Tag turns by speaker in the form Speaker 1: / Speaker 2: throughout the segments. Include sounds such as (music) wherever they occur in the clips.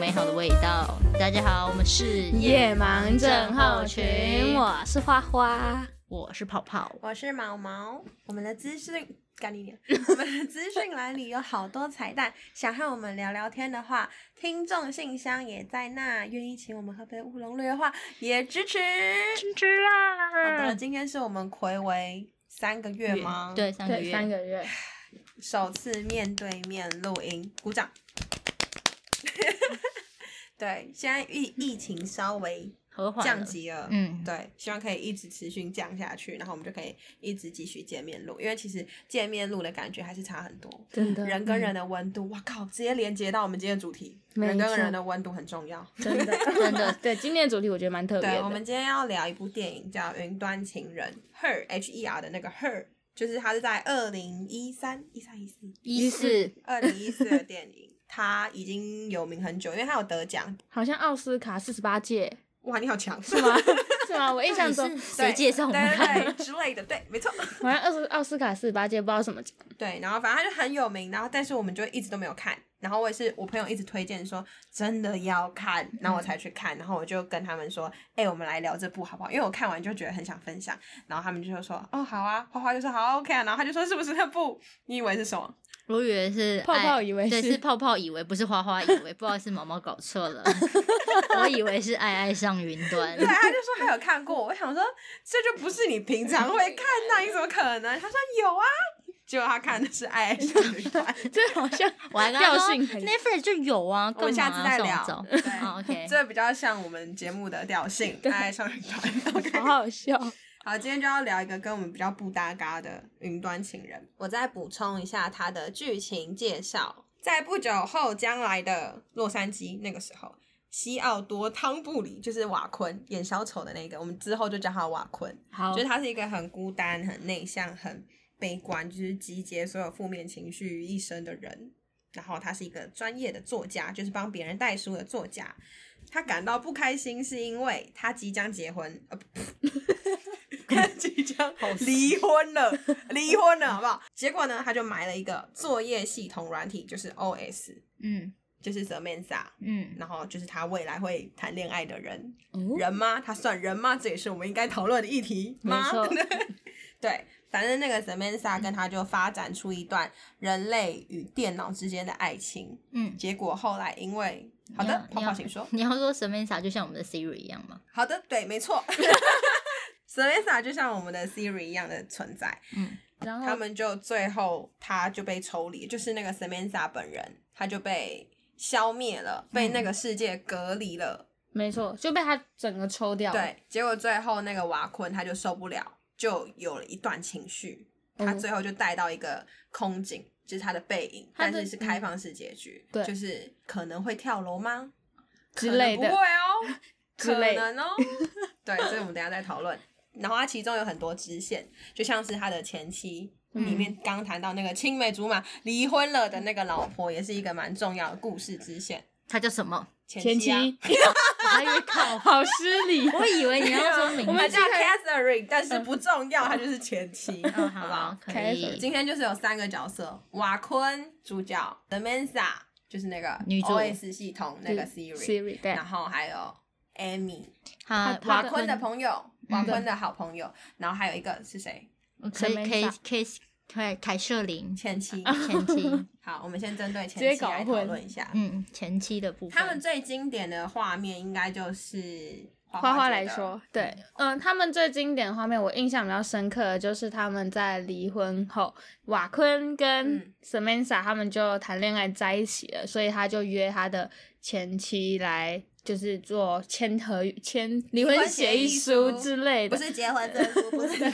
Speaker 1: 美好的味道。大家好，我们是
Speaker 2: 夜盲症候群，我是花花。
Speaker 1: 我是泡泡。
Speaker 3: 我是毛毛，我们的资讯干你点，我们的资讯栏里有好多彩蛋，想和我们聊聊天的话，听众信箱也在那，愿意请我们喝杯乌龙绿的话，也支持。啊
Speaker 2: 知
Speaker 3: 好的，
Speaker 2: 啦，
Speaker 3: 今天是我们暌违三个月吗？，
Speaker 1: 对，三个
Speaker 2: 对，
Speaker 1: 月，
Speaker 2: 三个月，
Speaker 3: 首次面对面录音，鼓掌。 (laughs) 对，现在疫疫情稍微
Speaker 1: 和缓了
Speaker 3: 降。级了，
Speaker 1: 嗯，
Speaker 3: 对，希望可以一直持续降下去，然后我们就可以一直继续见面录，因为其实见面录的感觉还是差很多。
Speaker 2: 真的，
Speaker 3: 人跟人的温度，哇靠，直接连接到我们今天的主题，人
Speaker 2: 没
Speaker 3: 跟
Speaker 2: 错
Speaker 3: 人的温度很重要。
Speaker 2: 真的，真的， (laughs) 对，今天的主题我觉得蛮特别
Speaker 3: 对，我
Speaker 2: 的。
Speaker 3: 们今天要聊一部电影叫《云端情人》，Her H E R 的那个 Her，就是它是在二零一三一三一四
Speaker 1: (laughs) 一四
Speaker 3: 二零一四的电影， (laughs) 它已经有名很久，因为它有得奖。
Speaker 2: 好像奥斯卡四十八届
Speaker 3: 哇，你好强，
Speaker 2: 是
Speaker 3: (laughs)
Speaker 2: 吗？是吗？我印象中
Speaker 1: 到底是谁介绍我们
Speaker 3: 对
Speaker 1: 看？
Speaker 3: 对对之类的，对，没错。
Speaker 2: 好像奥斯奥斯卡四十八届，不知道什么奖。
Speaker 3: 对，然后反正它就很有名，然后但是我们就一直都没有看，然后我也是我朋友一直推荐说真的要看，然后我才去看，然后我就跟他们说，哎、我们来聊这部好不好？因为我看完就觉得很想分享，然后他们就说，哦，好啊，花花就说好啊 OK 啊，然后他就说是不是那部？你以为是什么？
Speaker 1: 我以为是
Speaker 2: 泡泡
Speaker 1: 爱
Speaker 2: 以为
Speaker 1: 对，
Speaker 2: 是
Speaker 1: 是泡泡以为不是花花以为，不知道是毛毛搞
Speaker 2: (laughs)
Speaker 1: 错了。我以为是爱爱上云端
Speaker 3: 对，，他就说他有看过，我想说这就不是你平常会看呐、你怎么可能？他说有啊，结果他看的是《爱爱上云端》
Speaker 1: (laughs)
Speaker 2: 这好像
Speaker 1: 我还跟
Speaker 2: 调
Speaker 1: 他说
Speaker 2: 性很
Speaker 1: Netflix 就有啊，
Speaker 3: 我们下次再聊
Speaker 1: (laughs) 找
Speaker 3: 对
Speaker 1: 哦 OK，
Speaker 3: 这比较像我们节目的调性，《爱爱上云端》OK。
Speaker 2: 好好笑。
Speaker 3: 好，今天就要聊一个跟我们比较不搭嘎的《云端情人》。我再补充一下它的剧情介绍：在不久后将来的洛杉矶，那个时候，西奥多·汤布里就是瓦昆演小丑的那个，我们之后就叫他瓦昆。
Speaker 2: 好
Speaker 3: 就是他是一个很孤单、很内向、很悲观，就是集结所有负面情绪于一身的人。然后他是一个专业的作家，就是帮别人带书的作家。他感到不开心，是因为他即将结婚，呃，不他即将离婚了， (laughs) 离婚了，好不好？结果呢，他就买了一个作业系统软体，就是 OS，
Speaker 1: 嗯
Speaker 3: 就是 Samantha，
Speaker 1: 嗯，
Speaker 3: 然后就是他未来会谈恋爱的人，
Speaker 2: 哦
Speaker 3: 人吗？他算人吗？这也是我们应该讨论的议题吗
Speaker 2: 没错？
Speaker 3: (laughs) 对，反正那个 Samantha 跟他就发展出一段人类与电脑之间的爱情，
Speaker 1: 嗯
Speaker 3: 结果后来因为好的，
Speaker 1: 你
Speaker 3: 泡
Speaker 1: 要
Speaker 3: 泡请说。
Speaker 1: 你要说 Samantha 就像我们的 Siri 一样吗？
Speaker 3: 好的，对，
Speaker 1: (laughs)
Speaker 3: 没错。Samantha 就像我们的 Siri 一样的存在，
Speaker 1: 嗯，
Speaker 2: 然
Speaker 3: 他
Speaker 2: 后
Speaker 3: 们就最后他就被抽离，就是那个 Samantha 本人，他就被消灭了，被
Speaker 2: 嗯
Speaker 3: 那个世界隔离了。
Speaker 2: 没错，就被他整个抽掉了。
Speaker 3: 对，结果最后那个瓦昆他就受不了，就有了一段情绪，他
Speaker 2: 嗯
Speaker 3: 最后就带到一个空景，就是他的背影，
Speaker 2: 他
Speaker 3: 但
Speaker 2: 的嗯
Speaker 3: 是是开放式结局，
Speaker 2: 对
Speaker 3: 就是可能会跳楼吗
Speaker 2: 之
Speaker 3: 可能
Speaker 2: 类的
Speaker 3: 不会哦，
Speaker 2: 之
Speaker 3: 可
Speaker 2: 类
Speaker 3: 能哦，对，这个我们等一下再讨论。然后它其中有很多支线，就像是他的前妻。里面刚谈到那个青梅竹马离婚了的那个老婆，也是一个蛮重要的故事支线。
Speaker 1: 他叫什么？
Speaker 3: 前
Speaker 2: (laughs) 前
Speaker 3: 妻啊、
Speaker 2: 期
Speaker 1: 我还以为靠，
Speaker 2: 好失礼。
Speaker 1: 我以为你要说名字。
Speaker 2: 我们
Speaker 3: 他叫 Catherine，但是不重要，他就是前妻，
Speaker 1: 嗯，(laughs)
Speaker 3: 好不
Speaker 1: 好
Speaker 3: 好？，
Speaker 1: 可
Speaker 2: 开始
Speaker 1: 以。
Speaker 3: 今天就是有三个角色：瓦昆主角，Samantha 就是那个
Speaker 1: 女主
Speaker 3: OS 系统那个 Siri，
Speaker 2: Siri 对
Speaker 3: 然后还有 Amy，
Speaker 1: 他
Speaker 2: 他
Speaker 3: 瓦
Speaker 2: 的
Speaker 3: 昆的朋友，
Speaker 2: 嗯
Speaker 3: 瓦昆的好朋友，然后还有一个是谁？
Speaker 1: 可以可以
Speaker 2: Samantha
Speaker 1: 可以凯凯瑟
Speaker 3: (laughs)
Speaker 1: 琳
Speaker 3: 前妻。
Speaker 1: 前妻，
Speaker 3: 好，我们先针对前
Speaker 2: 啊直接
Speaker 3: 妻
Speaker 2: 搞
Speaker 3: 来
Speaker 2: 混
Speaker 3: 讨论一下。
Speaker 1: 嗯，前妻的部分。
Speaker 3: 他们最经典的画面应该就是花
Speaker 2: 花花
Speaker 3: 花
Speaker 2: 来
Speaker 3: 觉得
Speaker 2: 说，，对，嗯、他们最经典的画面，我印象比较深刻的就是他们在离婚后，瓦昆跟
Speaker 3: 嗯
Speaker 2: Samantha 他们就谈恋爱在一起了，所以他就约他的前妻来，就是做签合签离
Speaker 3: 婚
Speaker 2: 婚
Speaker 3: 协
Speaker 2: 协
Speaker 3: 议
Speaker 2: 议书
Speaker 3: 书
Speaker 2: 之类
Speaker 3: 嗯不
Speaker 2: 的，
Speaker 3: 是结婚证书，不 (laughs) 是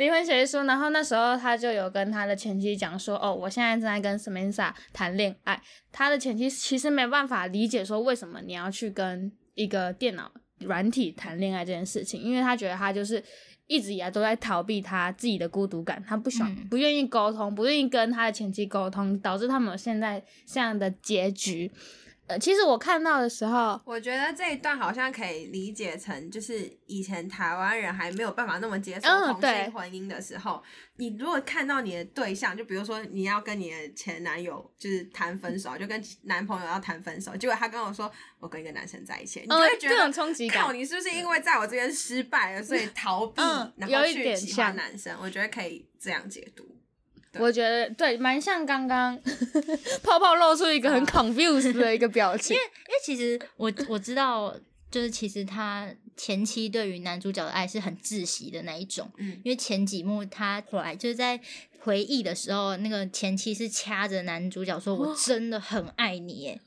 Speaker 2: (laughs) 离婚协议书，然后那时候他就有跟他的前妻讲说，哦，我现在正在跟 Samantha 谈恋爱。他的前妻其实没办法理解说为什么你要去跟一个电脑软体谈恋爱这件事情，因为他觉得他就是一直以来都在逃避他自己的孤独感，他不想、
Speaker 1: 嗯
Speaker 2: 不愿意沟通，不愿意跟他的前妻沟通，导致他们有现在这样的结局。呃，其实我看到的时候，呃
Speaker 3: 我觉得这一段好像可以理解成，就是以前台湾人还没有办法那么接受
Speaker 2: 嗯
Speaker 3: 同
Speaker 2: 对
Speaker 3: 性婚姻的时候，你如果看到你的对象，就比如说你要跟你的前男友就是谈分手，就跟男朋友要谈分手，结果他跟我说我跟一个男生在一起，你就
Speaker 2: 呃
Speaker 3: 会觉
Speaker 2: 这
Speaker 3: 得
Speaker 2: 种。冲击感
Speaker 3: 靠，，你是不是因为在我这边失败了，所以逃避，
Speaker 2: 嗯
Speaker 3: 然
Speaker 2: 有
Speaker 3: 后
Speaker 2: 一
Speaker 3: 去
Speaker 2: 点
Speaker 3: 喜欢
Speaker 2: 像
Speaker 3: 男生？我觉得可以这样解读。对
Speaker 2: 我觉得对，蛮像刚刚 (laughs) 泡泡露出一个
Speaker 1: 啊
Speaker 2: 很 confused 的一个表情。
Speaker 1: 因为其实我我知道，就是其实他前期对于男主角的爱是很窒息的那一种，
Speaker 3: 嗯，
Speaker 1: 因为前几幕他后来就是在回忆的时候，那个前妻是掐着男主角说：“我真的很爱你。”耶。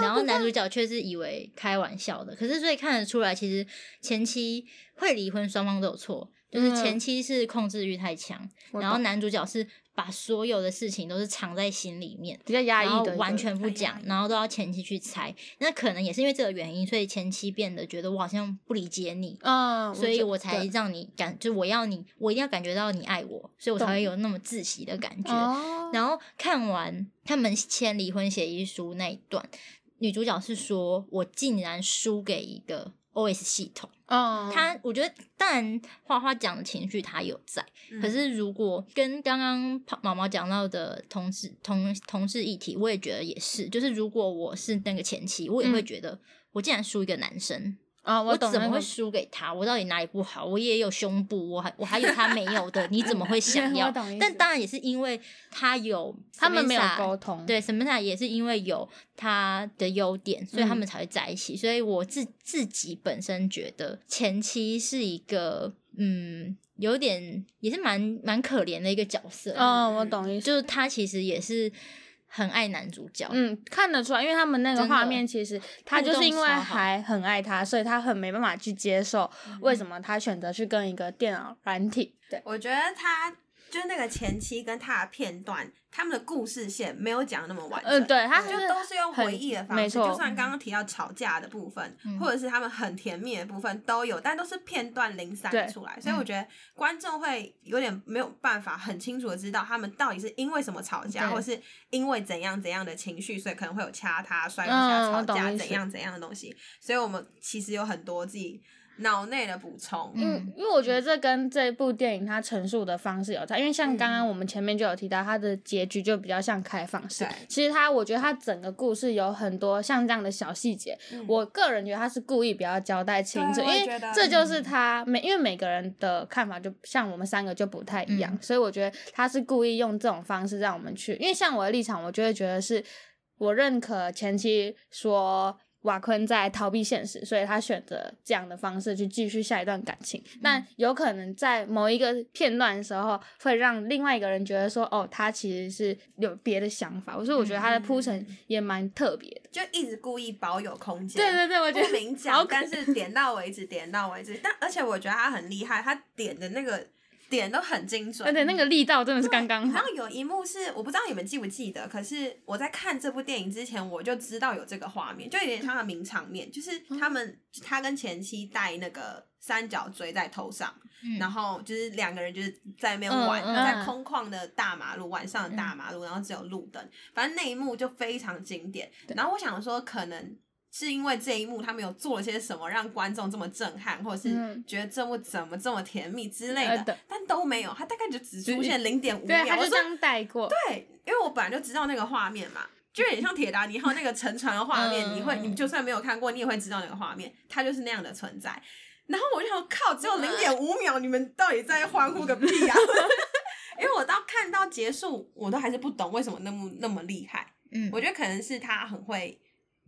Speaker 1: 然后男主角却是以为开玩笑的，可是所以看得出来，其实前妻会离婚，双方都有错。就是前妻是控制欲太强，
Speaker 2: 我
Speaker 1: 然后
Speaker 2: 懂
Speaker 1: 男主角是把所有的事情都是藏在心里面，
Speaker 2: 比较压
Speaker 1: 然
Speaker 2: 抑
Speaker 1: 后
Speaker 2: 的一个，
Speaker 1: 完全不
Speaker 3: 很压
Speaker 1: 讲，
Speaker 3: 抑
Speaker 1: 然后都要前妻去猜。那可能也是因为这个原因，所以前妻变得觉得我好像不理解你，
Speaker 2: 嗯，
Speaker 1: 所以
Speaker 2: 觉
Speaker 1: 我
Speaker 2: 得
Speaker 1: 才
Speaker 2: 对
Speaker 1: 让你感，就我要你，我一定要感觉到你爱我，所以我才
Speaker 2: 懂
Speaker 1: 会有那么窒息的感觉。
Speaker 2: 哦，
Speaker 1: 然后看完他们签离婚协议书那一段，女主角是说：“我竟然输给一个 OS 系统。
Speaker 2: 嗯，
Speaker 1: 她我觉得，当然花花讲的情绪她有在，
Speaker 3: 嗯
Speaker 1: 可是如果跟刚刚胖毛毛讲到的同事同同事议题，我也觉得也是，就是如果我是那个前妻，我也会
Speaker 2: 嗯
Speaker 1: 觉得。我竟然输一个男生，
Speaker 2: 啊，
Speaker 1: 我
Speaker 2: 懂
Speaker 1: 怎
Speaker 2: 那
Speaker 1: 么
Speaker 2: 个
Speaker 1: 会输给他？我到底哪里不好？我也有胸部，我还我还有他没有的，你怎么会想
Speaker 2: (laughs)
Speaker 1: 要
Speaker 2: 我懂意？
Speaker 1: 但
Speaker 2: 思
Speaker 1: 当然也是因为他有
Speaker 2: 他们没有
Speaker 1: Samantha
Speaker 2: 沟通，
Speaker 1: 对 s a m a 也是因为有他的优点，所以
Speaker 2: 嗯
Speaker 1: 他们才会在一起。所以我自自己本身觉得前妻是一个嗯，有点也是蛮蛮可怜的一个角色，
Speaker 2: 嗯，我懂意思。
Speaker 1: 就是他其实也是很爱男主角，
Speaker 2: 嗯，看得出来，因为他们那个
Speaker 1: 真的
Speaker 2: 画面，其实他就是因为
Speaker 1: 互动超好
Speaker 2: 还很爱他，所以他很没办法去接受为什么他选择去跟一个电脑软体。对，
Speaker 3: 我觉得他就是那个前妻跟他的片段，他们的故事线没有讲那么完整。
Speaker 2: 嗯，对，他
Speaker 3: 就
Speaker 2: 还
Speaker 3: 都是用
Speaker 2: 很
Speaker 3: 回忆的方
Speaker 2: 没
Speaker 3: 式，就
Speaker 2: 错，
Speaker 3: 算刚刚提到吵架的部分，
Speaker 1: 嗯
Speaker 3: 或者是他们很甜蜜的部分都有，但都是片段零散
Speaker 2: 对嗯
Speaker 3: 出来，所以我觉得观众会有点没有办法很清楚的知道他们到底是因为什么吵架，
Speaker 1: 对
Speaker 3: 或者是因为怎样怎样的情绪，所以可能会有掐他、摔东西、
Speaker 2: 嗯
Speaker 3: 吵
Speaker 2: 我
Speaker 3: 架
Speaker 2: 懂意思
Speaker 3: 怎样怎样的东西，所以我们其实有很多自己脑内的补充，
Speaker 1: 嗯
Speaker 2: 嗯，因为我觉得这跟这部电影它陈述的方式有差，因为像刚刚我们前面就有提到，它的结局就比较像开放式
Speaker 3: 对。
Speaker 2: 其实它，我觉得它整个故事有很多像这样的小细节，
Speaker 3: 嗯
Speaker 2: 我个人觉得它是故意不要交代清楚，
Speaker 3: 对
Speaker 2: 因
Speaker 3: 我也
Speaker 2: 为
Speaker 3: 觉得
Speaker 2: 这就是它每因为每个人的看法就像我们三个就不太一样，
Speaker 1: 嗯
Speaker 2: 所以我觉得它是故意用这种方式让我们去，因为像我的立场，我就会觉得是我认可前期说瓦昆在逃避现实，所以他选择这样的方式去继续下一段感情。但有可能在某一个片段的时候，会让另外一个人觉得说，哦，他其实是有别的想法。所以我觉得他的铺陈也蛮特别的。
Speaker 3: 就一直故意保有空间。
Speaker 2: 对对对，我觉
Speaker 3: 不
Speaker 2: 得
Speaker 3: 明
Speaker 2: 好
Speaker 3: 讲，
Speaker 2: 可
Speaker 3: 但是点到为止，点到为止。但而且我觉得他很厉害，他点的那个点都很精准
Speaker 2: 而。且那个力道真的是刚刚好
Speaker 3: 然。后有一幕是我不知道你们记不记得，可是我在看这部电影之前我就知道有这个画面，就有点像他名场面，就是
Speaker 1: 嗯
Speaker 3: 他们他跟前妻戴那个三角锥在头上，
Speaker 1: 嗯
Speaker 3: 然后就是两个人就是在那边玩，
Speaker 1: 嗯嗯嗯
Speaker 3: 在空旷的大马路，晚上的大马路，然后只有路灯，反正那一幕就非常经典。然后我想说，可能是因为这一幕他们有做了些什么让观众这么震撼，或者是
Speaker 2: 嗯
Speaker 3: 觉得这幕怎么这么甜蜜之类
Speaker 2: 呃
Speaker 3: 的
Speaker 2: 对，
Speaker 3: 但都没有，他大概就只出现零点五
Speaker 2: 对，
Speaker 3: 秒。
Speaker 2: 他
Speaker 3: 我
Speaker 2: 就这
Speaker 3: 说
Speaker 2: 样带过。
Speaker 3: 对，因为我本来就知道那个画面嘛。就有点像铁达尼号那个沉船的画面，
Speaker 1: 嗯
Speaker 3: 你会，你就算没有看过，你也会知道那个画面，它就是那样的存在。然后我就想，靠，只有零点五秒，你们到底在欢呼个屁啊！ (laughs) 因为我到看到结束，我都还是不懂为什么那么那么厉害。
Speaker 1: 嗯，
Speaker 3: 我觉得可能是他很会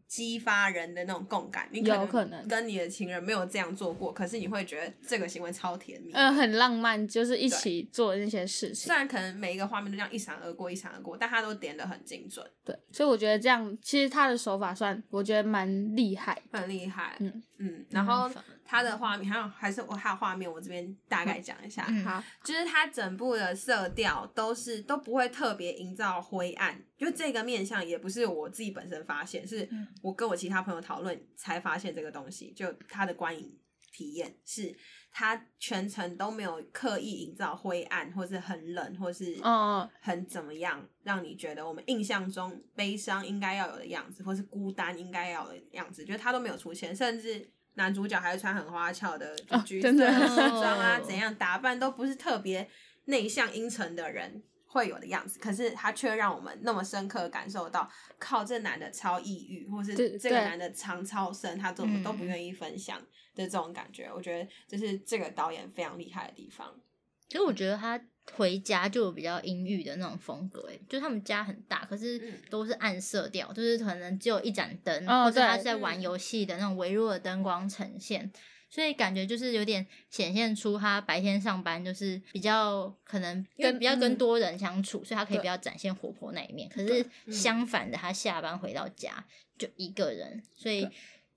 Speaker 3: 激发人的那种共感，你
Speaker 2: 有可
Speaker 3: 能
Speaker 2: 能
Speaker 3: 跟你的情人没有这样做过，可是你会觉得这个行为超甜蜜。
Speaker 2: 嗯、很浪漫，就是一起做那些事情
Speaker 3: 虽。然可能每一个画面都这样一闪而过，一闪而过，但他都点的很精准，
Speaker 2: 对，所以我觉得这样，其实他的手法算，我觉得蛮厉害。
Speaker 3: 很厉害。
Speaker 2: 嗯
Speaker 3: 嗯，然后他的画面，还有还是我还有画面，我这边大概讲一下。
Speaker 1: 嗯
Speaker 2: 好，
Speaker 3: 就是它整部的色调都是都不会特别营造灰暗，就这个面相也不是我自己本身发现，是
Speaker 1: 嗯
Speaker 3: 我跟我其他朋友讨论才发现这个东西，就它的观影体验，是他全程都没有刻意营造灰暗，或是很冷，或是
Speaker 2: 哦
Speaker 3: 很怎么样，让你觉得我们印象中悲伤应该要有的样子，或是孤单应该要有的样子，就是他都没有出现，甚至。男主角还穿很花俏的就
Speaker 2: 哦
Speaker 3: 橘色
Speaker 2: 真的
Speaker 3: 的西装啊，
Speaker 1: 哦
Speaker 3: 怎样打扮都不是特别内向阴沉的人会有的样子，可是他却让我们那么深刻地感受到，靠这男的超抑郁，或是
Speaker 2: 对
Speaker 3: 这个
Speaker 2: 对
Speaker 3: 男的常超生，他怎么都不
Speaker 1: 嗯
Speaker 3: 愿意分享的这种感觉，我觉得这是这个导演非常厉害的地方。
Speaker 1: 其实我觉得他回家就有比较阴郁的那种风格、欸，就他们家很大，可是
Speaker 3: 嗯
Speaker 1: 都是暗色调，就是可能只有一盏灯，
Speaker 2: 哦
Speaker 1: 或者他
Speaker 2: 对
Speaker 1: 是在玩
Speaker 3: 嗯
Speaker 1: 游戏的那种微弱的灯光呈现。所以感觉就是有点显现出他白天上班就是比较可能因为
Speaker 2: 跟
Speaker 1: 比较跟
Speaker 2: 嗯
Speaker 1: 多人相处，所以他可以
Speaker 2: 对
Speaker 1: 比较展现活泼那一面。可是
Speaker 3: 嗯
Speaker 1: 相反的，他下班回到家就一个人，所以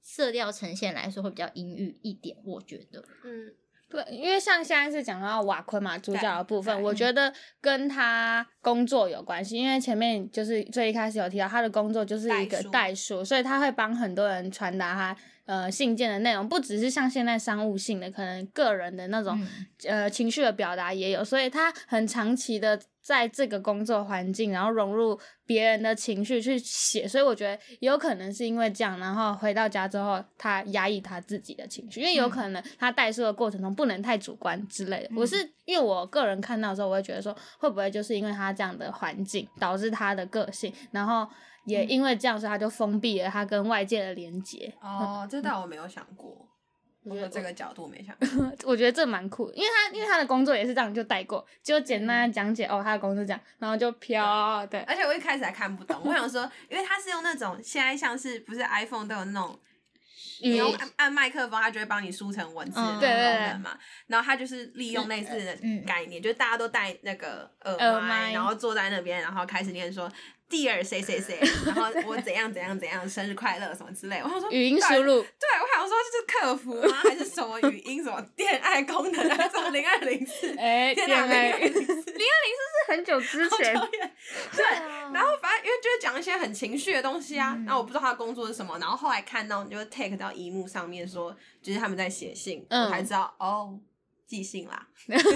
Speaker 1: 色调呈现来说会比较阴郁一点，我觉得。
Speaker 3: 嗯，
Speaker 2: 对，因为像现在是讲到瓦昆嘛，主角的部分，
Speaker 3: 对嗯
Speaker 2: 我觉得跟他工作有关系，因为前面就是最一开始有提到他的工作就是一个
Speaker 3: 代书
Speaker 2: 代书，所以他会帮很多人传达他呃信件的内容，不只是像现在商务性的，可能个人的那种、
Speaker 1: 嗯
Speaker 2: 呃情绪的表达也有，所以他很长期的在这个工作环境，然后融入别人的情绪去写，所以我觉得也有可能是因为这样，然后回到家之后，他压抑他自己的情绪，因为有可能他代书的过程中不能太主观之类的。我是因为我个人看到的时候，我会觉得说，会不会就是因为他这样的环境导致他的个性，然后也因为这样，所以他就封闭了他跟外界的连接。
Speaker 3: 哦，这倒我没有想过，我
Speaker 2: 觉得
Speaker 3: 有这个角度没想过。
Speaker 2: 我觉得这蛮酷，因为他因为他的工作也是这样就带过，就简单地讲解、哦，他的工作这样，然后就飘对，
Speaker 3: 而且我一开始还看不懂，我想说，因为他是用那种现在像是不是 iPhone 都有那种，你
Speaker 2: 语
Speaker 3: 用按按麦克风，它就会帮你输成文字的
Speaker 1: 嗯
Speaker 3: 那
Speaker 1: 对
Speaker 3: 种
Speaker 2: 对
Speaker 3: 功能嘛。然后他就是利用类似的
Speaker 1: 嗯
Speaker 3: 概念，就是大家都戴那个耳
Speaker 2: 耳
Speaker 3: 麦，
Speaker 2: 麦
Speaker 3: 然后坐在那边，然后开始念说 Dear 谁谁谁，然后我怎样怎样怎样，生日快乐什么之类。我想说
Speaker 2: 语音输入，
Speaker 3: 对，我想说这是客服吗？还是什么语音什么恋爱功能那种零二零四？
Speaker 2: 哎，
Speaker 3: 天
Speaker 2: 恋爱
Speaker 3: 哪，零二
Speaker 2: 语
Speaker 3: 零四。
Speaker 2: 是很久之
Speaker 3: 好久
Speaker 2: 前，
Speaker 3: 远。对，啊
Speaker 1: 啊
Speaker 3: 然后反正因为就是讲一些很情绪的东西啊，
Speaker 1: 嗯
Speaker 3: 然后我不知道他的工作是什么，然后后来看到就是 take 到荧幕上面说，就是他们在写信，
Speaker 2: 嗯
Speaker 3: 我才知道哦，寄信啦。
Speaker 1: 可是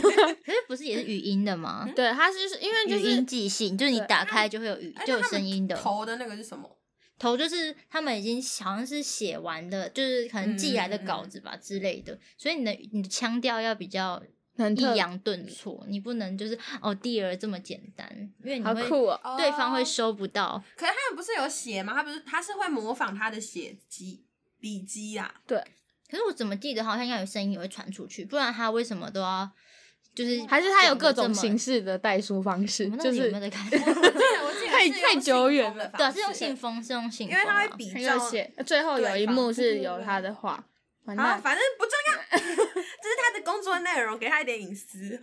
Speaker 1: 不是也是语音的吗？
Speaker 2: 对，他是因为就
Speaker 1: 语音
Speaker 2: 是
Speaker 1: 寄信，就是你
Speaker 2: 对
Speaker 1: 打开就会有语，
Speaker 3: 哎
Speaker 1: 就有
Speaker 3: 那他们
Speaker 1: 声音的。
Speaker 3: 投的那个是什么？
Speaker 1: 头就是他们已经好像是写完的，就是可能寄来的
Speaker 3: 嗯嗯嗯
Speaker 1: 稿子吧之类的，所以你的你的腔调要比较
Speaker 2: 很
Speaker 1: 抑
Speaker 2: 特
Speaker 1: 扬顿挫，你不能就是哦第二这么简单，因为你
Speaker 2: 好
Speaker 1: 会、
Speaker 2: 酷哦，
Speaker 1: 对方会
Speaker 3: 哦
Speaker 1: 收不到。
Speaker 3: 可是他们不是有写吗？他不是他是会模仿他的写机笔记啊， (laughs)
Speaker 1: 可是我怎么记得好像要有声音也会传出去，不然他为什么都要
Speaker 3: 嗯
Speaker 1: 就是
Speaker 2: 还是他有各种形
Speaker 1: 形式，
Speaker 2: 式的代书方
Speaker 1: 我
Speaker 2: 式，
Speaker 1: 们
Speaker 2: 就
Speaker 1: 到底有
Speaker 2: 是
Speaker 1: 没有在
Speaker 3: (laughs)
Speaker 1: 看？
Speaker 3: 我记得我记得
Speaker 2: 太
Speaker 3: 是用
Speaker 2: 太
Speaker 3: 信
Speaker 2: 久远
Speaker 3: 封的
Speaker 2: 了
Speaker 1: 对啊，
Speaker 3: 方
Speaker 1: 是用
Speaker 3: 式
Speaker 1: 信封，是用信
Speaker 3: 因
Speaker 1: 封
Speaker 3: 为
Speaker 1: 啊、
Speaker 3: 他会比
Speaker 2: 他
Speaker 3: 照
Speaker 2: 有写，最后有一幕是有他的画，完
Speaker 3: 啊，
Speaker 2: 蛋，
Speaker 3: 反正不重要， (laughs) 这是他的工作内容，给他一点隐私。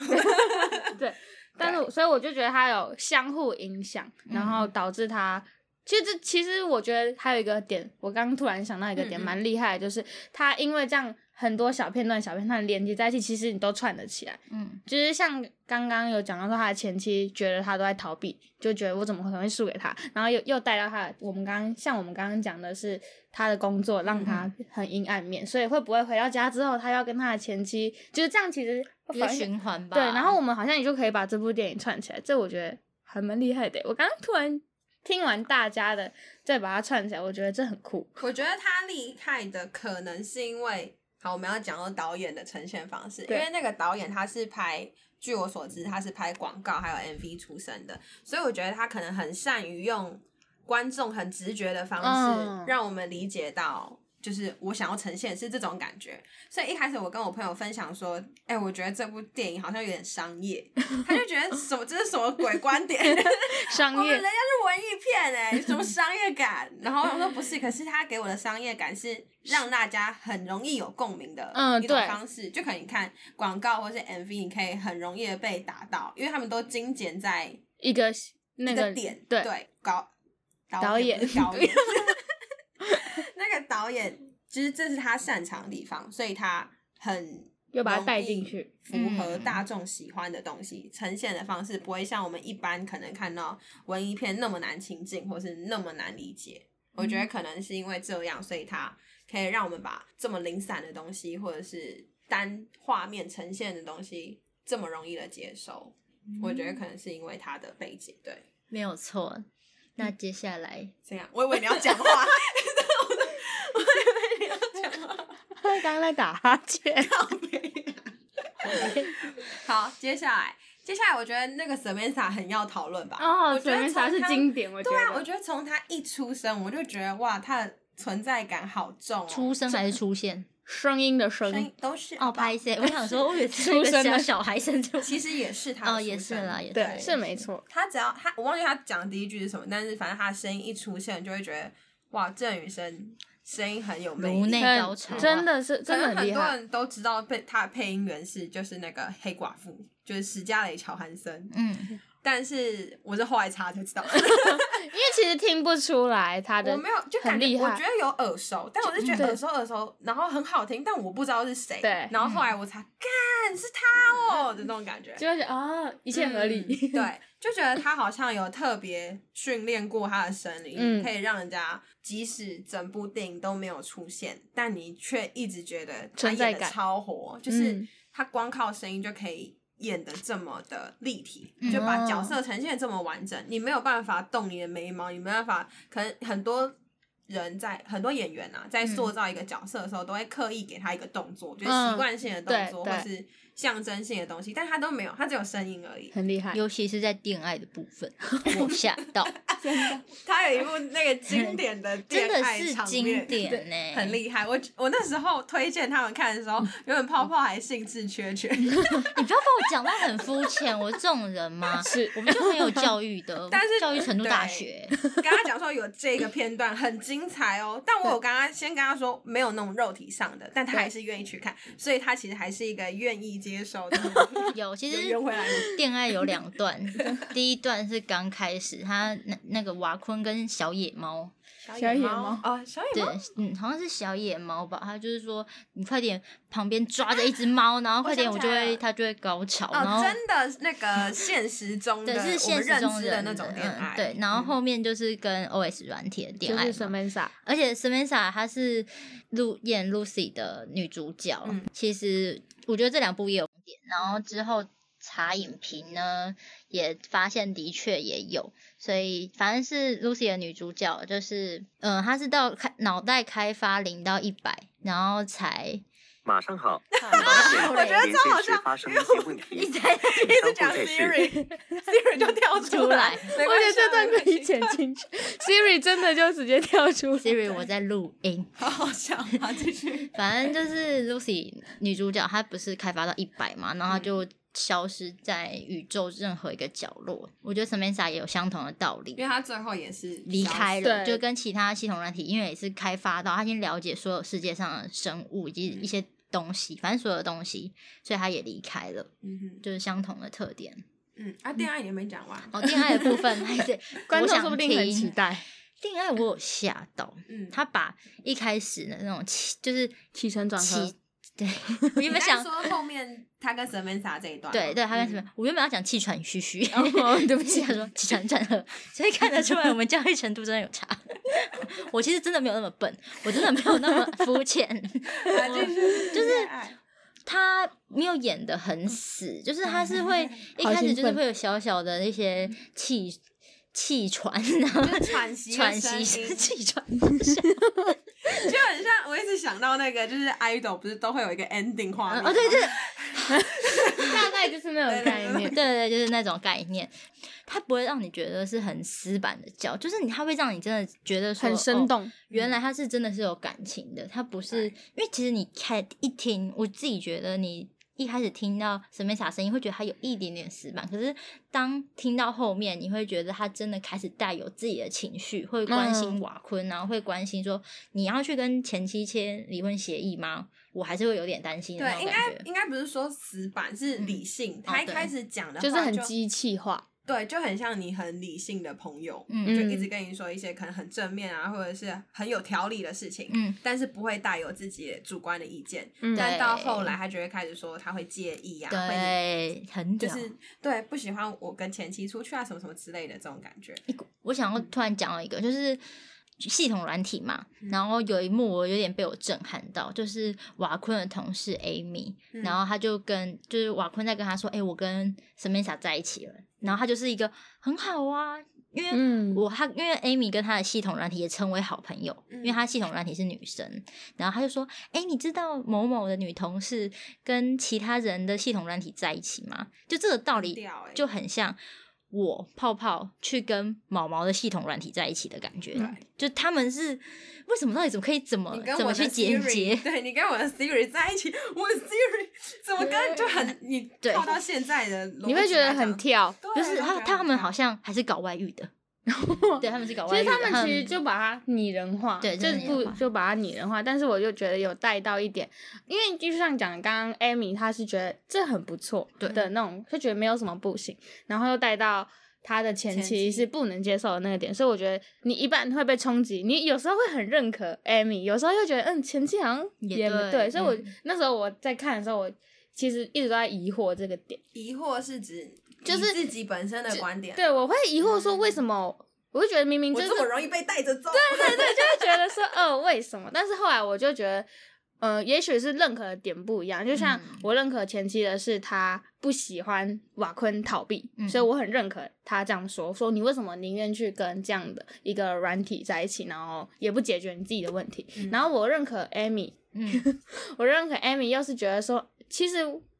Speaker 2: 对，但是所以我就觉得它有相互影响，然后导致它。其实这，其实我觉得还有一个点，我刚刚突然想到一个点，
Speaker 3: 嗯嗯
Speaker 2: 蛮厉害的，就是它因为这样很多小片段、小片段连接在一起，其实你都串得起来。
Speaker 1: 嗯，
Speaker 2: 就是像刚刚有讲到说，他的前妻觉得他都在逃避，就觉得我怎么可能会输给他，然后又又带到他的，我们刚刚像我们刚刚讲的是他的工作让他很阴暗面，所以会不会回到家之后，他要跟他的前妻就是这样？其实
Speaker 1: 一个
Speaker 2: 反
Speaker 1: 循环吧。
Speaker 2: 对，然后我们好像也就可以把这部电影串起来，这我觉得还蛮厉害的。欸我刚刚突然听完大家的，再把它串起来，我觉得这很
Speaker 3: (laughs)
Speaker 2: 酷。
Speaker 3: 我觉得他厉害的可能是因为，好，我们要讲到导演的呈现方式，因
Speaker 2: 对
Speaker 3: 为那个导演他是拍，据我所知他是拍广告还有 MV 出身的，所以我觉得他可能很善于用观众很直觉的方
Speaker 2: 嗯
Speaker 3: 式，让我们理解到。就是我想要呈现是这种感觉，所以一开始我跟我朋友分享说，哎、我觉得这部电影好像有点商业，他就觉得什么这是什么鬼观点， (laughs)
Speaker 2: 商
Speaker 3: 我们
Speaker 2: 业
Speaker 3: 哦人家是文艺片哎、有什么商业感？然后我说不是，可是他给我的商业感是让大家很容易有共鸣的
Speaker 2: 嗯
Speaker 3: 一种
Speaker 2: 对
Speaker 3: 方式，就可能你看广告或是 MV，你可以很容易的被打到，因为他们都精简在
Speaker 2: 一个那
Speaker 3: 一
Speaker 2: 个
Speaker 3: 个点，
Speaker 2: 对
Speaker 3: 对，搞
Speaker 2: 导
Speaker 3: 导
Speaker 2: 演
Speaker 3: 不是导演， (laughs) 那个导演其实这是他擅长的地方，所以他很
Speaker 2: 又把它带进去。嗯
Speaker 3: 符合大众喜欢的东西，呈现的方式不会像我们一般可能看到文
Speaker 2: 嗯
Speaker 3: 艺片那么难亲近，或是那么难理解。我觉得可能是因为这样，所以他可以让我们把这么零散的东西，或者是单画面呈现的东西，这么容易的接受。我觉得可能是因为它的背景，对，
Speaker 1: 没有错。那
Speaker 3: 嗯
Speaker 1: 接下来
Speaker 3: 这样。我以为你要讲话，我以为你要讲话。
Speaker 2: 刚刚在打哈
Speaker 3: (laughs)
Speaker 2: 欠，
Speaker 3: (laughs) 好，接下来，接下来我觉得那个 Samantha 很要讨论吧。
Speaker 2: (laughs) 哦，
Speaker 3: 啊我觉
Speaker 2: 水
Speaker 3: 得
Speaker 2: 面茶
Speaker 3: 从
Speaker 2: 是
Speaker 3: 他
Speaker 2: 经典，我觉
Speaker 3: 对
Speaker 2: 得。
Speaker 3: 啊，我觉得从他一出生，我就觉得哇，他的存在感好重哦，
Speaker 1: 出生还是出
Speaker 3: (laughs)
Speaker 1: 现？
Speaker 2: 声音的声
Speaker 3: 声音都是
Speaker 1: 哦，拍摄，我想说，我以
Speaker 3: (laughs)
Speaker 1: 为是
Speaker 2: 出
Speaker 1: 一个
Speaker 2: 生
Speaker 1: 小
Speaker 2: 的
Speaker 1: 小孩生出，
Speaker 3: 其实也是他的
Speaker 1: 哦，也
Speaker 3: 出
Speaker 1: 是
Speaker 3: 生
Speaker 1: 啦，也
Speaker 2: 对，
Speaker 1: 是
Speaker 2: 是没错。
Speaker 3: 他只要他，我忘记他讲的第一句是什么，但是反正他的声音一出现，就会觉得哇，这女生声音很有魅
Speaker 1: 颅内
Speaker 3: 力。
Speaker 1: 高潮啊
Speaker 2: 真的是
Speaker 3: 可
Speaker 2: 真的
Speaker 3: 能很
Speaker 2: 厉
Speaker 3: 多
Speaker 2: 害。
Speaker 3: 人都知道配他的配音员是就是那个黑寡妇，就是史嘉蕾·乔韩森，
Speaker 1: 嗯，
Speaker 3: 但是我是后来查才知道，
Speaker 2: 因为其实听不出来他的，
Speaker 3: 我没有就
Speaker 2: 很
Speaker 3: 感觉
Speaker 2: 厉
Speaker 3: 我
Speaker 2: 害嗯
Speaker 3: 觉得有耳熟，但我是觉
Speaker 2: 对
Speaker 3: 得耳熟耳熟，然后很好听，但我不知道是谁。
Speaker 2: 对嗯
Speaker 3: 然后后来我才干是他哦的那种感觉，
Speaker 2: 就是啊，一切合理。
Speaker 3: 嗯对，就觉得他好像有特别训练过他的声音，
Speaker 2: 嗯
Speaker 3: 可以让人家即使整部电影都没有出现，但你却一直觉得他
Speaker 2: 存
Speaker 3: 演
Speaker 2: 在
Speaker 3: 的
Speaker 2: 感
Speaker 3: 超火，就是
Speaker 2: 嗯
Speaker 3: 他光靠声音就可以。演的这么的立体，
Speaker 1: 嗯
Speaker 3: 就把
Speaker 2: 哦
Speaker 3: 角色呈现得这么完整，你没有办法动你的眉毛，你没办法，可能很多人在很多演员啊，在
Speaker 1: 嗯
Speaker 3: 塑造一个角色的时候，都会刻意给他一个动作，就是
Speaker 2: 嗯
Speaker 3: 习惯性的动
Speaker 2: 对
Speaker 3: 作、
Speaker 2: 对
Speaker 3: 或是象征性的东西，但他都没有，他只有声音而已。
Speaker 2: (laughs) 很厉害，
Speaker 1: (laughs) 尤其是在恋爱的部分，
Speaker 3: (laughs)
Speaker 1: 我吓到，
Speaker 3: 他有一部那个经典的
Speaker 1: (laughs) 真
Speaker 3: 恋
Speaker 1: 的
Speaker 3: 爱
Speaker 1: 是
Speaker 3: 场
Speaker 1: 经
Speaker 3: 面，
Speaker 1: 典
Speaker 3: 对
Speaker 1: 呢，
Speaker 3: 很厉害。我我那时候推荐他们看的时候，原本泡泡还兴致
Speaker 1: (laughs)
Speaker 3: 缺缺，
Speaker 1: 你不要把我讲到很肤浅，我这种人
Speaker 3: (laughs)
Speaker 1: 吗？
Speaker 2: 是
Speaker 1: 我们就很有教育的，
Speaker 3: 但是
Speaker 1: 教育程度大
Speaker 3: 对
Speaker 1: 学，
Speaker 3: 跟他讲说有这个片段很精彩哦，但我有跟他先跟他说没有那种肉体上的，但他还是愿意去
Speaker 1: (laughs)
Speaker 3: 看，所以他其实还是一个愿意接受的。
Speaker 1: 有其
Speaker 3: 有
Speaker 1: 实
Speaker 3: 圆回来吗
Speaker 1: 恋爱有两段， (laughs) 第一段是刚开始，他那那个瓦昆跟小野猫，
Speaker 2: 小野猫
Speaker 3: (laughs) 哦，小野
Speaker 1: 对
Speaker 3: 猫，，
Speaker 1: 嗯，好像是小野猫吧，他就是说你快点旁边抓着一只猫，然后快点
Speaker 3: 我
Speaker 1: 我
Speaker 3: 想
Speaker 1: 就
Speaker 3: 起来
Speaker 1: 会
Speaker 3: 了
Speaker 1: 他就会高潮，然
Speaker 3: 哦，
Speaker 1: 后。
Speaker 3: 真的那个现实中的
Speaker 1: 对，是
Speaker 3: 我
Speaker 1: 现
Speaker 3: 们
Speaker 1: 实
Speaker 3: 认
Speaker 1: 中
Speaker 3: 知的
Speaker 1: 人
Speaker 3: 那种恋爱，
Speaker 1: 嗯，对，然后后面就是跟 OS 软体的恋
Speaker 2: 就
Speaker 1: 爱
Speaker 2: 是
Speaker 1: 嘛，
Speaker 2: 什么意
Speaker 3: (laughs)
Speaker 2: 思啊？
Speaker 1: 而且 Samantha 她是录演 Lucy 的女主角，
Speaker 3: 嗯
Speaker 1: 其实我觉得这两部也有点，然后之后查影评呢，也发现的确也有，所以反正是 Lucy 的女主角，就是嗯、呃她是到开脑袋开发零到一百，然后才
Speaker 4: 马上好，你发现
Speaker 1: 我觉得
Speaker 4: 连
Speaker 3: 超好
Speaker 4: 线时
Speaker 3: 笑
Speaker 4: 发生一些问题，
Speaker 1: 在
Speaker 3: 一直
Speaker 4: 你
Speaker 3: 讲
Speaker 4: 相互对视。
Speaker 3: Siri，Siri 就跳嗯出来，
Speaker 1: 出
Speaker 3: 我
Speaker 2: 我觉啊得这段可以剪进去。Siri (laughs) 真的就直接跳出 (laughs) 来
Speaker 1: Siri 我在录音，
Speaker 3: (laughs) 好好笑，好继续。
Speaker 1: 反正就是 Lucy 女主角，她不是开发到一百嘛，然后她就消失在宇宙任何一个角落。我觉得 Samantha 也有相同的道理
Speaker 3: 因，为他最后也是
Speaker 1: 离开
Speaker 2: 消
Speaker 1: 了，
Speaker 2: 失
Speaker 1: 就
Speaker 2: 对
Speaker 1: 跟其他系统软体，因为也是开发到，她已经了解所有世界上的生物以及
Speaker 2: 嗯
Speaker 1: 一些东西，反正所有的东西，所以她也离开了，
Speaker 3: 嗯哼，
Speaker 1: 就是相同的特点。
Speaker 3: 嗯，啊，恋爱你还没讲完，
Speaker 1: 哦，恋爱的
Speaker 2: (laughs)
Speaker 1: 部分，还是
Speaker 2: 观
Speaker 1: 我
Speaker 2: 众
Speaker 1: 想
Speaker 2: 说不定很
Speaker 1: 听
Speaker 2: 期待。
Speaker 1: 恋爱，我有吓到，
Speaker 3: 嗯，
Speaker 1: 她把一开始的那种起，就是
Speaker 2: 起承转合
Speaker 1: 起，对我原
Speaker 3: 你
Speaker 1: 本
Speaker 3: 想
Speaker 1: 想
Speaker 3: 说后面他跟 Samantha 这一段吗，
Speaker 1: 对对，他跟什么？
Speaker 3: 嗯？
Speaker 1: 我原本要讲气喘吁吁，
Speaker 2: 哦
Speaker 1: (laughs) 对不起，他说气喘喘喝，所以看得出来我们教育程度真的有差。 (laughs) 我其实真的没有那么笨，我真的没有那么肤浅。
Speaker 3: 啊继续
Speaker 1: 就是
Speaker 3: 恋爱
Speaker 1: 他没有演的很死，就是他是会一开始就是会有小小的那些气气喘，然后
Speaker 3: 就是喘息的
Speaker 1: (laughs) 喘
Speaker 3: 声
Speaker 1: 息
Speaker 3: 音
Speaker 1: 声气喘。
Speaker 3: 就很像，我一直想到那个，就是 idol 不是都会有一个 ending 画面吗
Speaker 1: 哦，对对，
Speaker 2: (laughs) 大概就是那种概
Speaker 1: 对
Speaker 2: 念。
Speaker 1: 对对，就是那种概念，它不会让你觉得是很死板的教，就是你它会让你真的觉得说
Speaker 2: 很生
Speaker 1: 哦
Speaker 2: 动，
Speaker 1: 原来他是真的是有感情的，他不是
Speaker 3: 嗯对
Speaker 1: 因为其实你看一听，我自己觉得你一开始听到沈美莎声音会觉得他有一点点死板，可是当听到后面，你会觉得他真的开始带有自己的情绪，会关心
Speaker 2: 嗯
Speaker 1: 瓦昆，然后会关心说你要去跟前妻签离婚协议吗？我还是会有点担心的那种
Speaker 3: 对，应
Speaker 1: 感
Speaker 3: 该
Speaker 1: 觉。
Speaker 3: 应该不是说死板，是理性。他一
Speaker 1: 对
Speaker 3: 开始讲的话
Speaker 2: 就是很机器化，
Speaker 3: 对，就很像你很理性的朋友，
Speaker 1: 嗯
Speaker 3: 就一直跟你说一些可能很正面啊，或者是很有条理的事情，
Speaker 1: 嗯，
Speaker 3: 但是不会带有自己主观的意见。
Speaker 2: 嗯
Speaker 3: 但
Speaker 1: 对
Speaker 3: 到后来，他就会开始说他会介意啊，会
Speaker 1: 对，很
Speaker 3: 就
Speaker 1: 屌。
Speaker 3: 是对不喜
Speaker 1: 嗯
Speaker 3: 欢我跟前妻出去啊，什么什么之类的这种感觉。
Speaker 1: 我想要突然讲到一个，就是系统软体嘛，
Speaker 3: 嗯
Speaker 1: 然后有一幕我有点被我震撼到，就是瓦昆的同事 Amy，、
Speaker 3: 嗯
Speaker 1: 然后他就跟就是瓦昆在跟他说，哎、我跟 Samantha 在一起了，然后他就是一个很好啊，因为
Speaker 2: 嗯，
Speaker 1: 我他因为 Amy 跟他的系统软体也成为好朋友，
Speaker 3: 嗯
Speaker 1: 因为他系统软体是女生，然后他就说：“哎、你知道某某的女同事跟其他人的系统软体在一起吗？”就这个道
Speaker 3: 很
Speaker 1: 理
Speaker 3: 屌欸
Speaker 1: 就很像我泡泡去跟毛毛的系统软体在一起的感觉，就他们是为什么到底怎么可以怎么
Speaker 3: 嗯你跟
Speaker 1: 呃怎
Speaker 3: 我
Speaker 1: 么
Speaker 3: 的
Speaker 1: 去
Speaker 3: Siri，
Speaker 1: 连接？
Speaker 3: 对你跟我的 Siri 在一起，我的 Siri 怎么跟就很你
Speaker 1: 对
Speaker 3: 靠到现在的逻辑来讲，
Speaker 2: 你会觉得很跳。
Speaker 3: 对，啊
Speaker 1: 就是他
Speaker 3: 都觉得
Speaker 1: 他
Speaker 3: 很
Speaker 1: 们
Speaker 3: 跳
Speaker 1: 好像还是搞外遇
Speaker 3: (laughs)
Speaker 1: 的，对他们是搞
Speaker 2: 其
Speaker 1: 外
Speaker 2: 实
Speaker 1: 遇的，嗯
Speaker 2: 他们其实就把它拟人化，
Speaker 1: 对
Speaker 2: 就
Speaker 1: 真的
Speaker 2: 是
Speaker 1: 拟人
Speaker 2: 不
Speaker 1: 化
Speaker 2: 就把它拟人化。但是我就觉得有带到一点，因为就像讲刚刚 Amy，她是觉得这很不错
Speaker 1: 对
Speaker 2: 的那种，就觉得没有什么不行，然后又带到。她的前
Speaker 3: 前
Speaker 2: 妻
Speaker 3: 妻
Speaker 2: 是不能接受的那个点，所以我觉得你一般会被冲击，你有时候会很认可 Amy，有时候又觉得嗯前妻好像
Speaker 1: 也
Speaker 2: 也
Speaker 1: 对
Speaker 2: 所以我、
Speaker 1: 嗯
Speaker 2: 那时候我在看的时候，我其实一直都在疑惑这个点。
Speaker 3: 疑惑是指
Speaker 2: 就
Speaker 3: 你
Speaker 2: 是
Speaker 3: 自己本身的观点，
Speaker 2: 对，我会疑惑
Speaker 1: 嗯
Speaker 2: 说为什么，我会觉得明明
Speaker 3: 我
Speaker 2: 就是
Speaker 3: 这么容易被带着走，对对对，
Speaker 2: 就会觉得说，呃，为什么？但是后来我就觉得，呃，也许是认可的点不一样。就像
Speaker 1: 嗯
Speaker 2: 我认可前期的是他不喜欢瓦昆逃避，
Speaker 1: 嗯
Speaker 2: 所以我很认可他这样说，说你为什么宁愿去跟这样的一个软体在一起，然后也不解决你自己的问题。
Speaker 3: 嗯
Speaker 2: 然后我认可 Amy，
Speaker 1: 嗯
Speaker 2: 我认可 Amy，又是觉得说，其实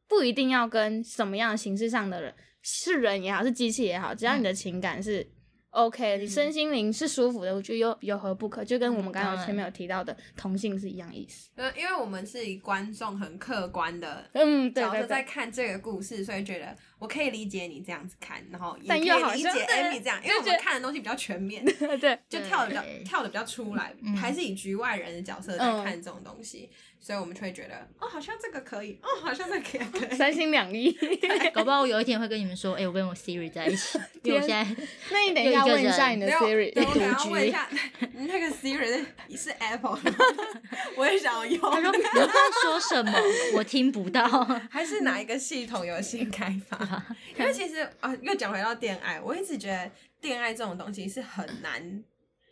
Speaker 2: 不一定要跟什么样的形式上的人，是人也好，是机器也好，只要你
Speaker 3: 嗯
Speaker 2: 的情感是 OK，的、你身心灵是舒服的，我觉得有有何不可？就跟我
Speaker 3: 嗯
Speaker 2: 们刚
Speaker 1: 当
Speaker 2: 刚
Speaker 1: 然
Speaker 2: 前面有提到的同性是一样意思。
Speaker 3: 呃因为我们是以观众很客观的。
Speaker 2: 嗯，对
Speaker 3: 角
Speaker 2: 对
Speaker 3: 色在
Speaker 2: 对，
Speaker 3: 看这个故事，所以觉得我可以理解你这样子看，然后也可
Speaker 2: 但
Speaker 3: 以
Speaker 2: 又好
Speaker 3: 理解
Speaker 2: 像对
Speaker 3: Amy 这样，因为我
Speaker 2: 就
Speaker 3: 们
Speaker 2: 觉得
Speaker 3: 看的东西比较全面，
Speaker 2: 对，
Speaker 3: 就跳的比较
Speaker 1: 对
Speaker 3: 跳的比较出来
Speaker 1: 嗯，
Speaker 3: 还是以局外人的角色
Speaker 2: 嗯
Speaker 3: 在看这种东西，所以我们就会觉得，哦，好像这个可以，哦，好像那个也
Speaker 2: (laughs)
Speaker 3: 可以。
Speaker 2: 三心两
Speaker 3: (laughs)
Speaker 2: 意。
Speaker 1: 搞不好我有一天会跟你们说，哎、我跟我 Siri 在一
Speaker 3: (laughs)
Speaker 1: 起，因为我现在
Speaker 2: (laughs) 那你等一下
Speaker 1: 有一个
Speaker 2: 问一下
Speaker 1: 人
Speaker 2: 你的
Speaker 3: 没有，
Speaker 2: Siri，
Speaker 3: 对我
Speaker 2: (laughs)
Speaker 1: 赌
Speaker 3: 等下
Speaker 1: 局
Speaker 3: 问一下，那个 Siri 是是 Apple，的吗 (laughs) 我也想要用。
Speaker 1: 他说你在说什么？我听不到。 (laughs)
Speaker 3: 还是哪一个系统有新开发？因为其实啊、又讲回到恋爱，我一直觉得恋爱这种东西是很难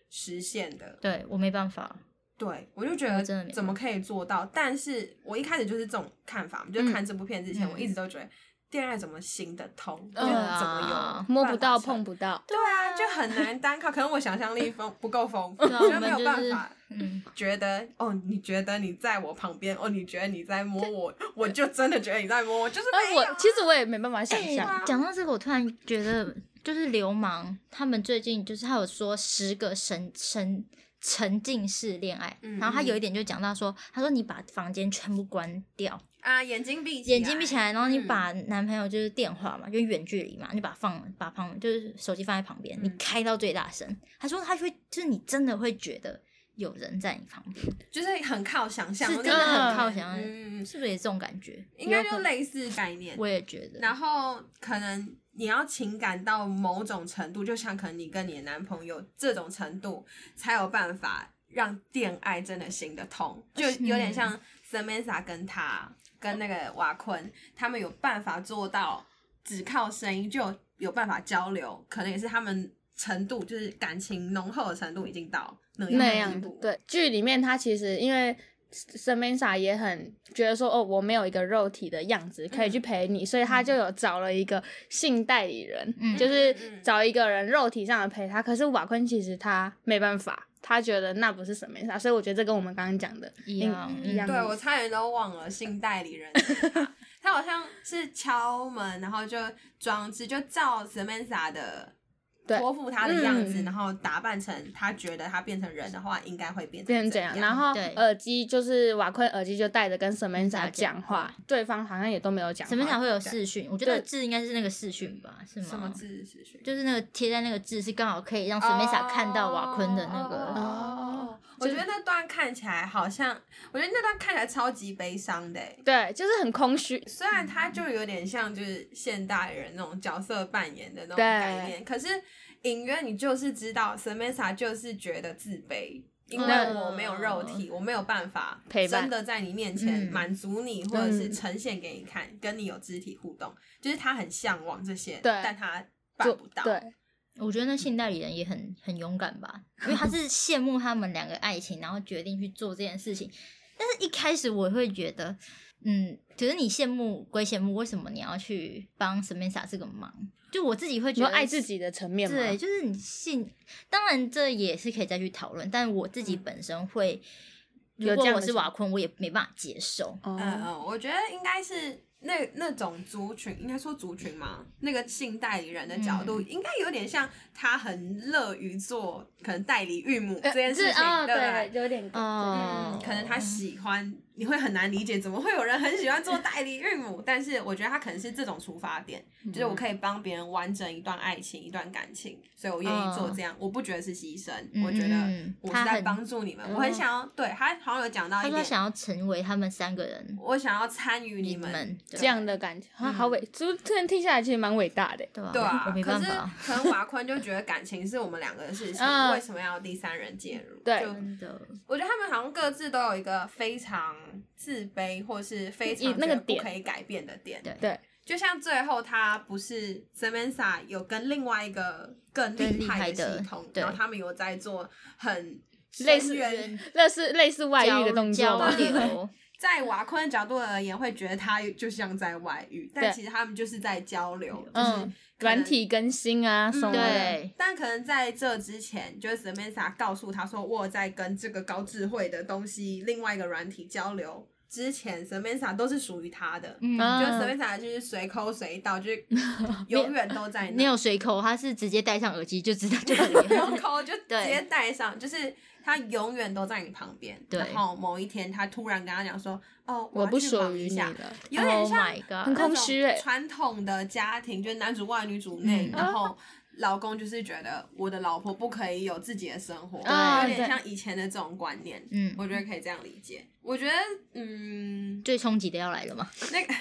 Speaker 3: 实现的。
Speaker 1: 对我没办法，
Speaker 3: 对，我就觉
Speaker 1: 我
Speaker 3: 得
Speaker 1: 真的没
Speaker 3: 怎么可以做到？但是我一开始就是这种看法，就是看这部片之前，
Speaker 1: 嗯
Speaker 3: 我一直都觉得恋爱怎么行得通，
Speaker 2: 嗯
Speaker 3: 就是怎么有办
Speaker 1: 啊
Speaker 3: 法
Speaker 2: 摸不到碰
Speaker 3: 成。
Speaker 2: 不到，
Speaker 3: 对啊，就很难单靠。可能我想象力丰不够
Speaker 1: (laughs)
Speaker 3: 丰富，
Speaker 1: 对啊我
Speaker 3: 就
Speaker 1: 们
Speaker 3: 没有
Speaker 1: 就
Speaker 3: 办
Speaker 1: 是
Speaker 3: 法
Speaker 1: 嗯，
Speaker 3: 觉得哦，你觉得你在我旁边，哦，你觉得你在
Speaker 1: (laughs)
Speaker 3: 摸我，我就真的觉得你在摸我，就是
Speaker 2: 哎，
Speaker 3: 没有
Speaker 2: 我
Speaker 3: 啊
Speaker 2: 其实我也没办法想
Speaker 1: 哎、
Speaker 2: 象。
Speaker 1: 讲到这个，我突然觉得，就是流氓他们最近就是他有说十个神神沉浸式恋爱，
Speaker 3: 嗯
Speaker 1: 然后他有一点就讲到说，他说你把房间全部关掉，
Speaker 3: 啊，眼睛闭起来，
Speaker 1: 眼睛闭起来，然后你
Speaker 3: 嗯
Speaker 1: 把男朋友就是电话嘛，就远距离嘛，你把放把旁就是手机放在旁边，你
Speaker 3: 嗯
Speaker 1: 开到最大声。他说他会，就是你真的会觉得有人在你旁边，
Speaker 3: 就是很靠想象，
Speaker 1: 是
Speaker 3: 我
Speaker 1: 真的很靠想象
Speaker 3: 嗯，
Speaker 1: 是不是也这种感觉？
Speaker 3: 应该
Speaker 1: 有
Speaker 3: 就
Speaker 1: 可能
Speaker 3: 类似概念。
Speaker 1: 我也觉得。
Speaker 3: 然后可能你要情感到某种程度，就像可能你跟你的男朋友这种程度，才有办法让恋爱真的行得通，就有
Speaker 1: 嗯
Speaker 3: 点像 Samantha 跟他跟那个瓦昆，他们有办法做到只靠声音就有办法交流，可能也是他们程度就是感情浓厚的程度已经到那样
Speaker 2: 那
Speaker 3: 的地
Speaker 2: 样的
Speaker 3: 步。
Speaker 2: 对，剧里面他其实因为 Samantha 也很觉得说，哦，我没有一个肉体的样子可以去陪你，所以他就有找了一个性代理人，
Speaker 1: 嗯
Speaker 2: 就是
Speaker 3: 嗯嗯
Speaker 2: 找一个人肉体上的陪他。可是瓦昆其实他没办法，他觉得那不是 Samantha，所以我觉得这跟我们刚刚讲的
Speaker 1: 一样
Speaker 2: 嗯一样
Speaker 3: 对
Speaker 2: 的意
Speaker 3: 我
Speaker 2: 思。
Speaker 3: 差点都忘了性代理人是
Speaker 1: (laughs)
Speaker 3: 他，他好像是敲门，然后就装置就照 Samantha 的
Speaker 2: 对
Speaker 3: 托付他的样子，
Speaker 2: 嗯
Speaker 3: 然后打扮成他觉得他变成人的话，应该会变
Speaker 2: 变成
Speaker 3: 这
Speaker 2: 怎
Speaker 3: 样
Speaker 2: 样？。然后
Speaker 1: 对
Speaker 2: 耳机就是瓦昆耳机就戴着跟 Samantha
Speaker 1: 讲
Speaker 2: 讲话，对方好像也都没有讲话。
Speaker 1: 什么才会有视讯？我觉得
Speaker 2: 对
Speaker 1: 字应该是那个视讯吧，是吗？
Speaker 3: 什么字是学？
Speaker 1: 就是那个贴在那个字是刚好可以让 Samantha 看到瓦昆的那
Speaker 3: 哦
Speaker 1: 个，
Speaker 3: 哦
Speaker 2: 哦
Speaker 3: 我觉得那段看起来好像，我觉得那段看起来超级悲伤的欸。
Speaker 2: 对，就是很空虚，
Speaker 3: 虽然他就有点像就是现代人那种角色扮演的那种
Speaker 2: 对
Speaker 3: 概念，可是隐约你就是知道 Samantha 就是觉得自卑，因为
Speaker 2: 嗯
Speaker 3: 我没有肉体，我没有办法
Speaker 2: 陪伴嗯
Speaker 3: 真的在你面前
Speaker 1: 嗯
Speaker 3: 满足你，或者是呈现给你看，跟你有肢体互动，就是他很向往这些，
Speaker 2: 对
Speaker 3: 但他办
Speaker 2: 做
Speaker 3: 不到。
Speaker 2: 对，
Speaker 1: 我觉得那性代理人也很很勇敢吧，因为他是羡慕他们两个爱情，然后决定去做这件事情。但是一开始我会觉得，嗯，可是你羡慕归羡慕，为什么你要去帮 Samantha 这个忙？就我自己会
Speaker 2: 你
Speaker 1: 觉
Speaker 2: 说
Speaker 1: 得
Speaker 2: 爱自己的层面嘛，
Speaker 1: 对，就是你性，当然这也是可以再去讨论，但我自
Speaker 3: 嗯
Speaker 1: 己本身会，
Speaker 2: 有
Speaker 1: 如
Speaker 2: 这
Speaker 1: 果
Speaker 2: 样
Speaker 1: 我
Speaker 2: 的
Speaker 1: 是
Speaker 2: 想
Speaker 1: 瓦昆，我也没办法接受。
Speaker 2: 哦，
Speaker 3: 嗯嗯，我觉得应该是那那种族群，应该说族群嘛，那个性代理人的角度，
Speaker 1: 嗯
Speaker 3: 应该有点像他很乐于做可能代理孕 (laughs)
Speaker 1: 呃
Speaker 3: 母这件事情，
Speaker 2: 哦
Speaker 3: 对不对？
Speaker 2: 有点
Speaker 1: 哦
Speaker 3: 嗯，可能他喜欢，你会很难理解怎么会有人很喜欢做代理孕母，但是我觉得他可能是这种出发点，
Speaker 1: 嗯
Speaker 3: 就是我可以帮别人完整一段爱情、一段感情，所以我愿意做这样，我不觉得是牺牲，
Speaker 1: 嗯
Speaker 3: 我觉得
Speaker 1: 嗯
Speaker 3: 我
Speaker 1: 他
Speaker 3: 是在
Speaker 1: 很
Speaker 3: 帮助你们，我很想要，对他好像有讲到
Speaker 1: 他
Speaker 3: 一
Speaker 1: 说他
Speaker 3: 点，
Speaker 1: 想要成为他们三个人，
Speaker 3: 我想要参与
Speaker 1: 你
Speaker 3: 你们，
Speaker 1: 对
Speaker 2: 这样的感觉，
Speaker 3: 嗯
Speaker 2: 啊，好伟，就突然听下来其实蛮伟大的。
Speaker 1: 对吧、
Speaker 3: 对
Speaker 1: 我
Speaker 3: 啊
Speaker 1: 我，没
Speaker 3: 可
Speaker 1: 办
Speaker 3: 是
Speaker 1: 法，
Speaker 3: 可能瓦昆就觉得感情是我们两个的事情，
Speaker 2: 嗯
Speaker 3: 为什么要有第三人介入？
Speaker 2: 对
Speaker 3: 就
Speaker 1: 真的。
Speaker 3: 我觉得他们好像各自都有一个非常自卑，或是非常
Speaker 2: 一那个
Speaker 3: 觉得不
Speaker 2: 点
Speaker 3: 可以改变的点。
Speaker 1: 对
Speaker 2: 对，
Speaker 3: 就像最后他不是 Samantha 有跟另外一个更
Speaker 1: 更
Speaker 3: 厉
Speaker 1: 厉
Speaker 3: 害
Speaker 1: 害
Speaker 3: 的
Speaker 1: 的
Speaker 3: 系统，
Speaker 1: 对
Speaker 3: 然后他们有在做很
Speaker 2: 类似
Speaker 3: 深渊
Speaker 2: 那是类似外遇的动作啊嘛
Speaker 1: 交
Speaker 3: 交？
Speaker 1: 流，
Speaker 3: 在瓦昆的角度而言，会觉得他就像在外遇，但
Speaker 2: 对
Speaker 3: 其实他们就是在交流，就是
Speaker 2: 嗯，
Speaker 3: 可能嗯
Speaker 2: 软体更新啊什么的，
Speaker 1: 对，
Speaker 3: 但可能在这之前，就是 Samantha 告诉他说，我有在跟这个高智慧的东西另外一个软体交流之前，Samantha 都是属于他的。
Speaker 2: (laughs)
Speaker 1: 嗯，
Speaker 2: 嗯
Speaker 3: 就是 Samantha 就是随抠随到，就是
Speaker 2: (laughs)
Speaker 3: 永远都在
Speaker 1: 没
Speaker 3: 那。
Speaker 1: 有随口，他是直接戴上耳机就知道就可以
Speaker 3: (laughs) 不
Speaker 1: 了。
Speaker 3: 用抠，就直
Speaker 1: 对
Speaker 3: 接带上，就是他永远都在你旁边。
Speaker 1: 对
Speaker 3: 然后某一天，他突然跟他讲说：“哦，
Speaker 2: 我
Speaker 3: 要
Speaker 2: 不
Speaker 3: 去
Speaker 2: 属
Speaker 3: 忙
Speaker 2: 于
Speaker 3: 一
Speaker 2: 你
Speaker 3: 下。
Speaker 2: 了。
Speaker 3: 有点
Speaker 1: Oh
Speaker 3: 像
Speaker 1: my
Speaker 2: 很
Speaker 1: god，
Speaker 3: 那
Speaker 2: 空
Speaker 3: 种
Speaker 2: 虚欸
Speaker 3: 传统的家庭就是男主外女主内，
Speaker 1: 嗯
Speaker 3: 然后老公就是觉得我的老婆不可以有自己的生活，
Speaker 1: 啊
Speaker 3: 有点
Speaker 2: 对
Speaker 3: 像以前的这种观念。
Speaker 1: 嗯，
Speaker 3: 我觉得可以这样理解。我觉得，嗯，
Speaker 1: 最冲击的要来了
Speaker 3: (laughs)
Speaker 1: 嘛？
Speaker 3: 那个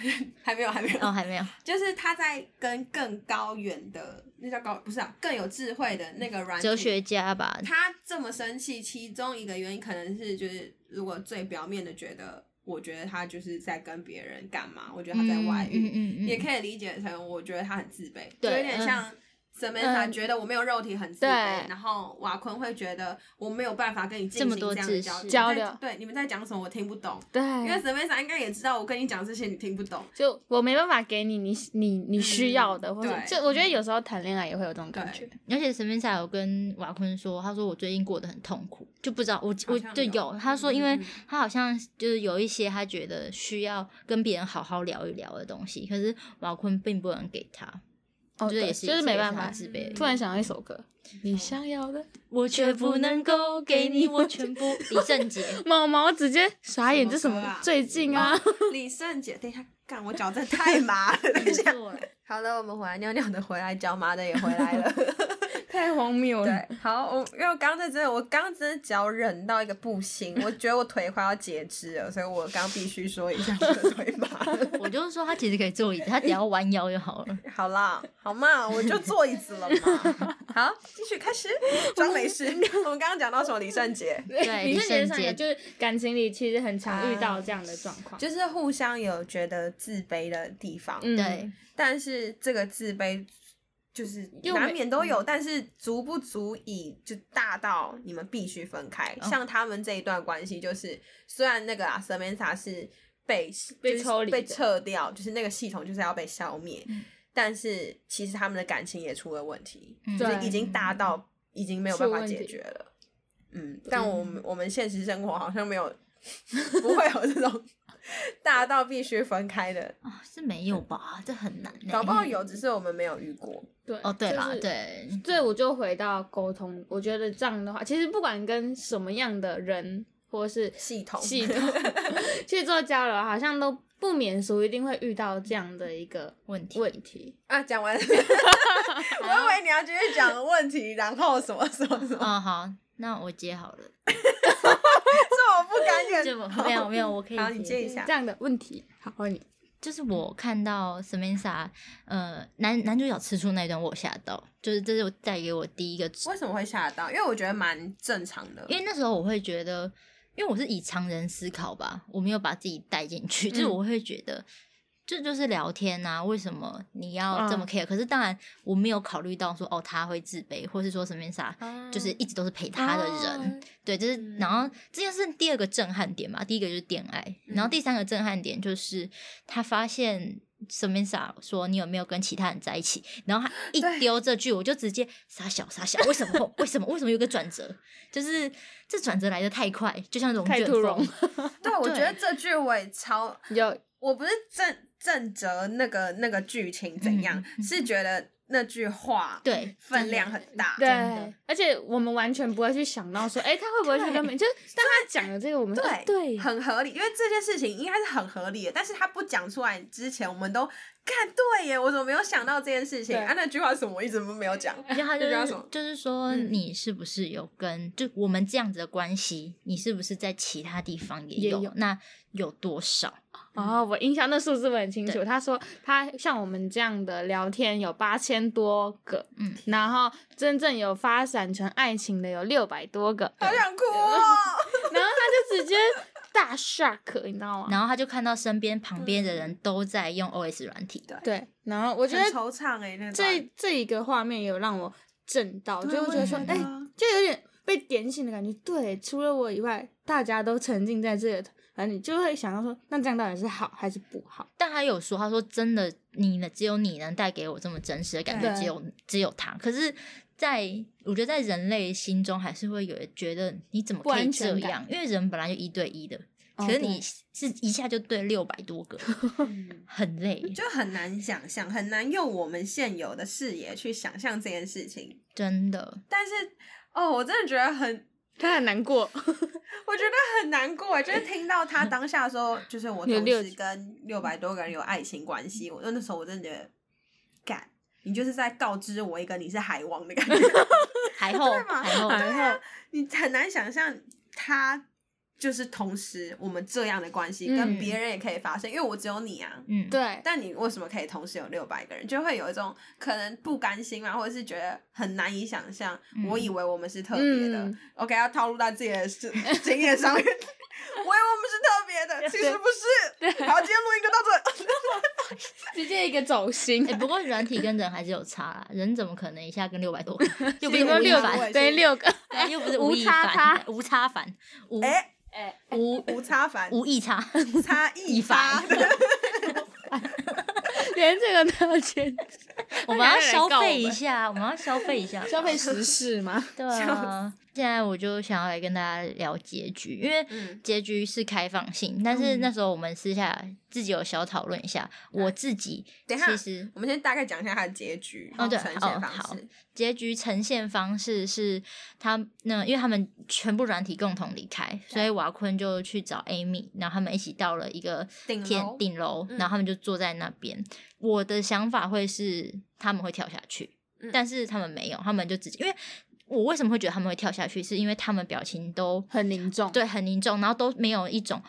Speaker 3: 还没有，还没有，
Speaker 1: 哦，还没有，
Speaker 3: 就是他在跟更高远的，那叫高不是啊，更有智慧的那个软体
Speaker 1: 哲学家吧？
Speaker 3: 他这么生气，其中一个原因可能是就是，如果最表面的觉得，我觉得他就是在跟别人干嘛，我觉得他在外
Speaker 1: 嗯
Speaker 3: 遇，
Speaker 1: 嗯嗯
Speaker 3: 也
Speaker 1: 嗯，
Speaker 3: 可以理解成我觉得他很自卑，就
Speaker 1: 对嗯
Speaker 3: 有点像 Samantha
Speaker 2: 嗯
Speaker 3: 觉得我没有肉体很自
Speaker 2: 对
Speaker 3: 卑，然后瓦昆会觉得我没有办法跟你进
Speaker 1: 这么
Speaker 3: 行
Speaker 1: 多
Speaker 3: 样的
Speaker 1: 知
Speaker 3: 交
Speaker 1: 识哎
Speaker 2: 交
Speaker 3: 你在
Speaker 2: 流
Speaker 3: 对，你们在讲什么我听不懂。
Speaker 2: 对，
Speaker 3: 因为 Samantha 应该也知道，我跟你讲这些你听不懂，
Speaker 2: 就我没办法给你你你你需要的，
Speaker 3: 嗯
Speaker 2: 或者
Speaker 3: 对
Speaker 2: 就我觉得有时候谈恋爱也会有这种感觉
Speaker 3: 对，
Speaker 1: 而且沈明彩有跟瓦昆说，他说我最近过得很痛苦，就不知道我
Speaker 3: 好
Speaker 1: 我
Speaker 3: 像
Speaker 1: 就有，他说因为
Speaker 3: 嗯嗯
Speaker 1: 他好像就是有一些他觉得需要跟别人好好聊一聊的东西，可是瓦昆并不能给他，
Speaker 2: 哦，
Speaker 1: 就是
Speaker 2: 对
Speaker 1: 也是嗯
Speaker 2: 就是没办
Speaker 1: 这也
Speaker 2: 法
Speaker 1: 是。他自卑的
Speaker 2: 突然想到一首歌，
Speaker 3: 嗯
Speaker 2: 你想要的
Speaker 1: 我却不能够给你我全部。李圣杰，
Speaker 2: 毛毛直接傻眼，这
Speaker 3: 什
Speaker 2: 什
Speaker 3: 么歌啊啊
Speaker 2: 么？最近啊，
Speaker 3: 李圣杰，等一下，干我脚真的太麻了，
Speaker 2: (laughs)
Speaker 3: 等一下。
Speaker 1: (laughs)
Speaker 3: 好了，我们回来，尿尿的回来，脚麻的也回来
Speaker 1: (laughs)
Speaker 3: 了。
Speaker 2: 太荒谬了。
Speaker 3: 对，好，我因为我刚刚真的，我刚刚真的脚忍到一个不行，我觉得我腿快要截肢了，所以我刚刚必须说一下我的腿麻了。
Speaker 1: (laughs) 我就是说他其实可以坐椅子，他只要弯腰就好了。
Speaker 3: 好啦，好嘛，我就坐椅子了嘛。好，继续开始，装没事。我们刚刚讲到什么？李圣杰。
Speaker 2: (laughs)
Speaker 1: 对
Speaker 2: 你
Speaker 1: 李
Speaker 2: 是觉得
Speaker 1: 圣
Speaker 2: 上一个
Speaker 1: 杰，
Speaker 2: 就是感情里其实很常遇
Speaker 1: 啊
Speaker 2: 到这样的状况，
Speaker 3: 就是互相有觉得自卑的地方，
Speaker 2: 嗯
Speaker 1: 对，
Speaker 3: 但是这个自卑就是
Speaker 2: 又没嗯
Speaker 3: 难免都有，但是足不足以就大到你们必须分开。
Speaker 1: 哦
Speaker 3: 像他们这一段关系，就是虽然那个啊，Samantha 是被
Speaker 2: 被
Speaker 3: 就是
Speaker 2: 抽离的
Speaker 3: 被撤掉，就是那个系统就是要被消灭，
Speaker 1: 嗯
Speaker 3: 但是其实他们的感情也出了问题，
Speaker 1: 嗯
Speaker 3: 就是
Speaker 2: (laughs) 对
Speaker 3: 已经大到已经没有办
Speaker 2: 出
Speaker 3: 法
Speaker 2: 问题
Speaker 3: 解决了。嗯，但我们我们现实生活好像没有， (laughs) 不会有这种大到必须分开的
Speaker 1: (laughs) 啊，是没有吧？这很难欸。
Speaker 3: 搞不好有，只是我们没有遇过。
Speaker 2: 对
Speaker 1: 哦，对啦
Speaker 2: 就是，
Speaker 1: 对，
Speaker 2: 所以我就回到沟通，我觉得这样的话，其实不管跟什么样的人或是
Speaker 3: 系统
Speaker 2: 系
Speaker 1: (laughs)
Speaker 2: 统去做交流，好像都不免俗，一定会遇到这样的一个
Speaker 1: 问题
Speaker 2: 问题。
Speaker 3: 啊，
Speaker 1: (laughs)
Speaker 3: 讲完了，我以为你要继续讲问题，然后什么什么什么，
Speaker 1: 哦，好，那我接好了。
Speaker 3: 这我不甘
Speaker 1: 哦 (laughs) 这
Speaker 3: 愿。
Speaker 1: 我没有没有，我可以
Speaker 3: (laughs) 好，你接一下
Speaker 2: 这。样的问题，好，换你
Speaker 1: 就是我看到 Samantha，呃，男男主角吃醋那一段，我有吓到，就是这是我带给我第一个
Speaker 3: 为什么会吓到？因为我觉得蛮正常的。
Speaker 1: 因为那时候我会觉得，因为我是以常人思考吧，我没有把自己带进去，就是我会觉得这就是聊天呐、为什么你要这么
Speaker 2: 嗯
Speaker 1: care？、可是当然，我没有考虑到说哦，他会自卑，或是说什么啥，啊就是
Speaker 2: 嗯
Speaker 1: 一直都是陪他的
Speaker 2: 哦啊
Speaker 1: 人。对，就是、然后这件事第二个震撼点嘛，第一个就是恋爱，然后第三个震撼点就是他发现 Samantha 说你有没有跟其他人在一起，然后他一丢这句，我就直接傻小傻小，为什么为什么为什么有个转折？就是这转折来的太快，就像龙
Speaker 2: 太
Speaker 1: 卷
Speaker 2: 突然
Speaker 1: 风，
Speaker 3: 对，我
Speaker 1: 对
Speaker 3: 觉得这句我也超，
Speaker 2: 有
Speaker 1: 啊
Speaker 3: 我不是正正折那个那个剧情怎样，是觉得那句
Speaker 1: 嗯
Speaker 3: 话 (laughs)
Speaker 1: 对，
Speaker 3: 分量很大。
Speaker 2: 对
Speaker 1: 的，
Speaker 2: 而且我们完全不会去想到说，哎、他会不会去跟别人？就是但他讲的这个，我们说
Speaker 3: 对
Speaker 2: 哦对，
Speaker 3: 很合理，因为这件事情应该是很合理的，但是他不讲出来之前，我们都看对耶，我怎么没有想到这件事情？
Speaker 2: 对
Speaker 3: 啊，那句话是什么我一直没有讲？
Speaker 1: 而且他就
Speaker 3: 那句话是什
Speaker 1: 是
Speaker 3: 么
Speaker 1: 就是说，
Speaker 3: 嗯
Speaker 1: 你是不是有跟、就我们这样子的关系，你是不是在其他地方也
Speaker 2: 也
Speaker 1: 有？
Speaker 2: 有
Speaker 1: 那有多少？
Speaker 2: 哦，我印象那数字我很清楚。
Speaker 1: 对
Speaker 2: 他说他像我们这样的聊天有八千多个，
Speaker 1: 嗯，
Speaker 2: 然后真正有发展成爱情的有六百多个，
Speaker 3: 好想哭哦！
Speaker 2: 然后他就直接大 shock，你知道吗？
Speaker 1: 然后他就看到身边旁边的人都在用 OS 软体，
Speaker 2: 对，然后我
Speaker 3: 我
Speaker 2: 觉得
Speaker 3: 惆怅哎，那段
Speaker 2: 这这一个画面有让我震到，就
Speaker 3: 对
Speaker 2: 会
Speaker 3: 我
Speaker 2: 觉得
Speaker 3: 也
Speaker 2: 说，
Speaker 3: 觉
Speaker 2: 哎、
Speaker 3: 得啊
Speaker 2: 就有点被点醒的感觉。对，除了我以外，大家都沉浸在这个，反正你就会想到说，那这样到底是好还是不好？
Speaker 1: 但他有说，他说真的，你呢，只有你能带给我这么真实的感觉，
Speaker 2: 对
Speaker 1: 只有只有他。可是在，我觉得在人类心中还是会有觉得你怎么
Speaker 2: 不
Speaker 1: 可以
Speaker 2: 安全
Speaker 1: 这
Speaker 2: 感
Speaker 1: 样？因为人本来就一对一的，
Speaker 2: 哦
Speaker 1: 可是你是一下就对六百
Speaker 2: (laughs)
Speaker 1: 多个，很累。
Speaker 2: 哎
Speaker 3: 就很难想象，很难用我们现有的视野去想象这件事情。
Speaker 2: (laughs)
Speaker 1: 真的，
Speaker 3: 但是哦，我真的觉得很，
Speaker 2: 他很难过，
Speaker 3: 我觉得很难过，欸就是听到他当下说，就是
Speaker 2: (laughs)
Speaker 3: 我
Speaker 2: 有
Speaker 3: 同
Speaker 2: 六
Speaker 3: 时跟六百多个人有爱情关系，我那时候我真的觉得，干，你就是在告知我一个你是海王的感觉，
Speaker 2: (laughs)
Speaker 1: 还后
Speaker 3: 嘛
Speaker 1: 还后，
Speaker 2: 然后
Speaker 3: 你很难想象他。就是同时，我们这样的关系
Speaker 2: 嗯
Speaker 3: 跟别人也可以发生，因为我只有你啊，
Speaker 2: (laughs)
Speaker 1: 嗯，
Speaker 2: 对，
Speaker 3: 但你为什么可以同时有六百个人？就会有一种可能不甘心嘛，或者是觉得很难以想象。
Speaker 1: 嗯
Speaker 3: 我以为我们是特别的、
Speaker 2: 嗯
Speaker 3: o k 要套入到自己的事 (laughs) 经验上面。我以为我们是特别的，其实不是。好，今天录音就到这。
Speaker 2: 直接一个走心
Speaker 1: 哎、。不过软体跟人还是有差啦，人怎么可能一下跟六百
Speaker 2: (laughs)
Speaker 1: 多个，又不
Speaker 2: 顶
Speaker 1: 是
Speaker 2: 多
Speaker 1: 吴亦
Speaker 2: 六
Speaker 1: 凡，
Speaker 2: 个，对六个， (laughs)
Speaker 1: 哎又不是
Speaker 2: 无
Speaker 1: 吴亦
Speaker 2: 差差
Speaker 1: 凡，无差凡，无
Speaker 3: (laughs) 哎、
Speaker 2: 哎，
Speaker 1: 无
Speaker 3: 吴差凡，
Speaker 1: 无异差，
Speaker 3: 差一
Speaker 1: 一
Speaker 3: 发
Speaker 1: 发。
Speaker 2: 连这个都要剪，
Speaker 1: 我们要消
Speaker 2: 告我
Speaker 1: 费一
Speaker 2: 们
Speaker 1: 下，我们要消费一下，
Speaker 2: (laughs) 消费时事吗？
Speaker 1: 对啊，现在我就想要来跟大家聊结局，因为
Speaker 3: (laughs) 嗯
Speaker 1: 结局是开放性，但是那时候我们私下自己有小讨论一下，我自己
Speaker 3: 等一下
Speaker 1: 其实
Speaker 3: 我们先大概讲一下他的结局，
Speaker 1: 哦对
Speaker 3: 呈现
Speaker 1: 哦
Speaker 3: 方
Speaker 1: 好
Speaker 3: 式。
Speaker 1: 结局呈现方式是他那，因为他们全部软体共同离开，所以瓦昆就去找 Amy，然后他们一起到了一个
Speaker 3: 顶
Speaker 1: 天
Speaker 3: 楼
Speaker 1: 顶楼，
Speaker 3: 嗯
Speaker 1: 然后他们就坐在那边。我的想法会是他们会跳下去，
Speaker 3: 嗯
Speaker 1: 但是他们没有，他们就直接因为。我为什么会觉得他们会跳下去？是因为他们表情都
Speaker 2: 很凝重，
Speaker 1: 对很凝重，然后都没有一种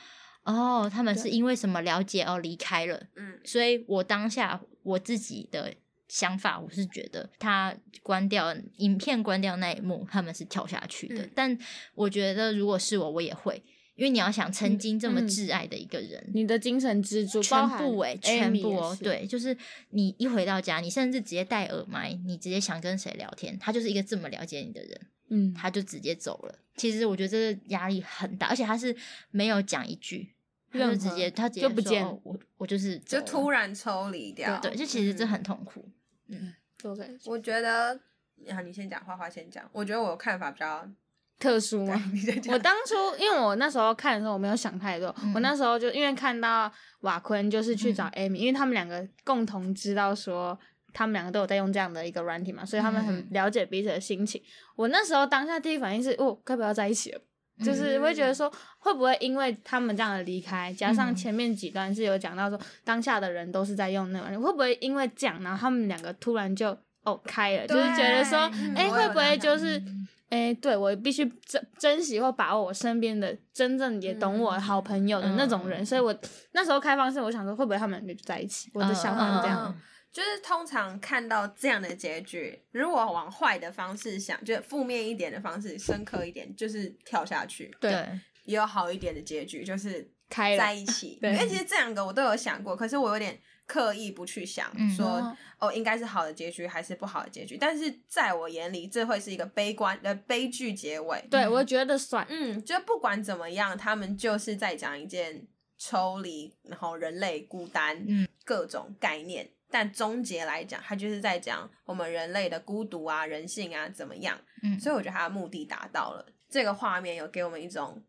Speaker 1: 哦，他们是因为什么了解哦离开了，
Speaker 3: 嗯，
Speaker 1: 所以我当下我自己的想法，我是觉得他关掉影片关掉那一幕，他们是跳下去的。
Speaker 3: 嗯
Speaker 1: 但我觉得如果是我，我也会，因为你要想曾经这么
Speaker 2: 嗯
Speaker 1: 挚爱的一个人。
Speaker 2: 你的精神支柱，
Speaker 1: 全
Speaker 2: 包含
Speaker 1: 部哎、
Speaker 2: Amy
Speaker 1: 全部
Speaker 2: 也
Speaker 1: 哦
Speaker 2: 是，，
Speaker 1: 对，就是你一回到家，你甚至直接戴耳麦，你直接想跟谁聊天，他就是一个这么了解你的人。
Speaker 2: 嗯，
Speaker 1: 他就直接走了。其实我觉得这个压力很大，而且他是没有讲一句，他就
Speaker 2: 任
Speaker 1: 直
Speaker 2: 何
Speaker 1: 接他直接
Speaker 2: 就不
Speaker 1: 说
Speaker 2: 见
Speaker 1: 哦我我就是
Speaker 3: 就
Speaker 1: 走
Speaker 3: 突
Speaker 1: 了
Speaker 3: 然抽离掉。
Speaker 1: 对，就其实这
Speaker 3: 嗯
Speaker 1: 很痛苦。
Speaker 2: OK，
Speaker 3: 我觉得，啊，你先讲，花花先讲。我觉得我看法比较，
Speaker 2: 特殊吗？
Speaker 3: 你先
Speaker 2: (laughs)
Speaker 3: 讲。
Speaker 2: 我当初因为我那时候看的时候，我没有想太多。
Speaker 1: 嗯
Speaker 2: 我那时候就因为看到瓦昆就是去找 Amy，、因为他们两个共同知道说他们两个都有在用这样的一个软体嘛，所以他们
Speaker 1: 嗯
Speaker 2: 很了解彼此的心情。我那时候当下第一反应是，哦，该不要在一起了？
Speaker 1: 嗯
Speaker 2: 就是会觉得说，会不会因为他们这样的离开，加上
Speaker 1: 嗯
Speaker 2: 前面几段是有讲到说，当下的人都是在用那个软体，会不会因为这样，然后他们两个突然就哦开了，就是觉得说，
Speaker 3: 对嗯
Speaker 2: 哎、
Speaker 3: 我有嗯
Speaker 2: 会不会
Speaker 3: 这样
Speaker 2: 就
Speaker 3: 想
Speaker 2: 是哎、对我必须珍珍惜或把握我身边的真正也懂我好朋友的那种
Speaker 1: 嗯
Speaker 2: 人，所以我那时候开放式，我想说会不会他们就在一起？我的想法是这样，
Speaker 1: 嗯
Speaker 3: 就是通常看到这样的结局，如果往坏的方式想，就是负面一点的方式，深刻一点，就是跳下去；
Speaker 2: 对
Speaker 1: 对，
Speaker 3: 也有好一点的结局，就是
Speaker 2: 开了
Speaker 3: 在一起。
Speaker 2: 对
Speaker 3: 因为其实这两个我都有想过，可是我有点刻意不去想
Speaker 1: 嗯
Speaker 3: 说、
Speaker 2: 哦
Speaker 3: 哦应该是好的结局还是不好的结局，但是在我眼里这会是一个悲观的悲剧结尾。
Speaker 2: 对我觉得算，
Speaker 3: 嗯，就不管怎么样，他们就是在讲一件抽离，然后人类孤单，
Speaker 1: 嗯，
Speaker 3: 各种概念。但终结来讲，它就是在讲我们人类的孤独啊、人性啊怎么样。
Speaker 1: 嗯，
Speaker 3: 所以我觉得它的目的达到了。这个画面有给我们一种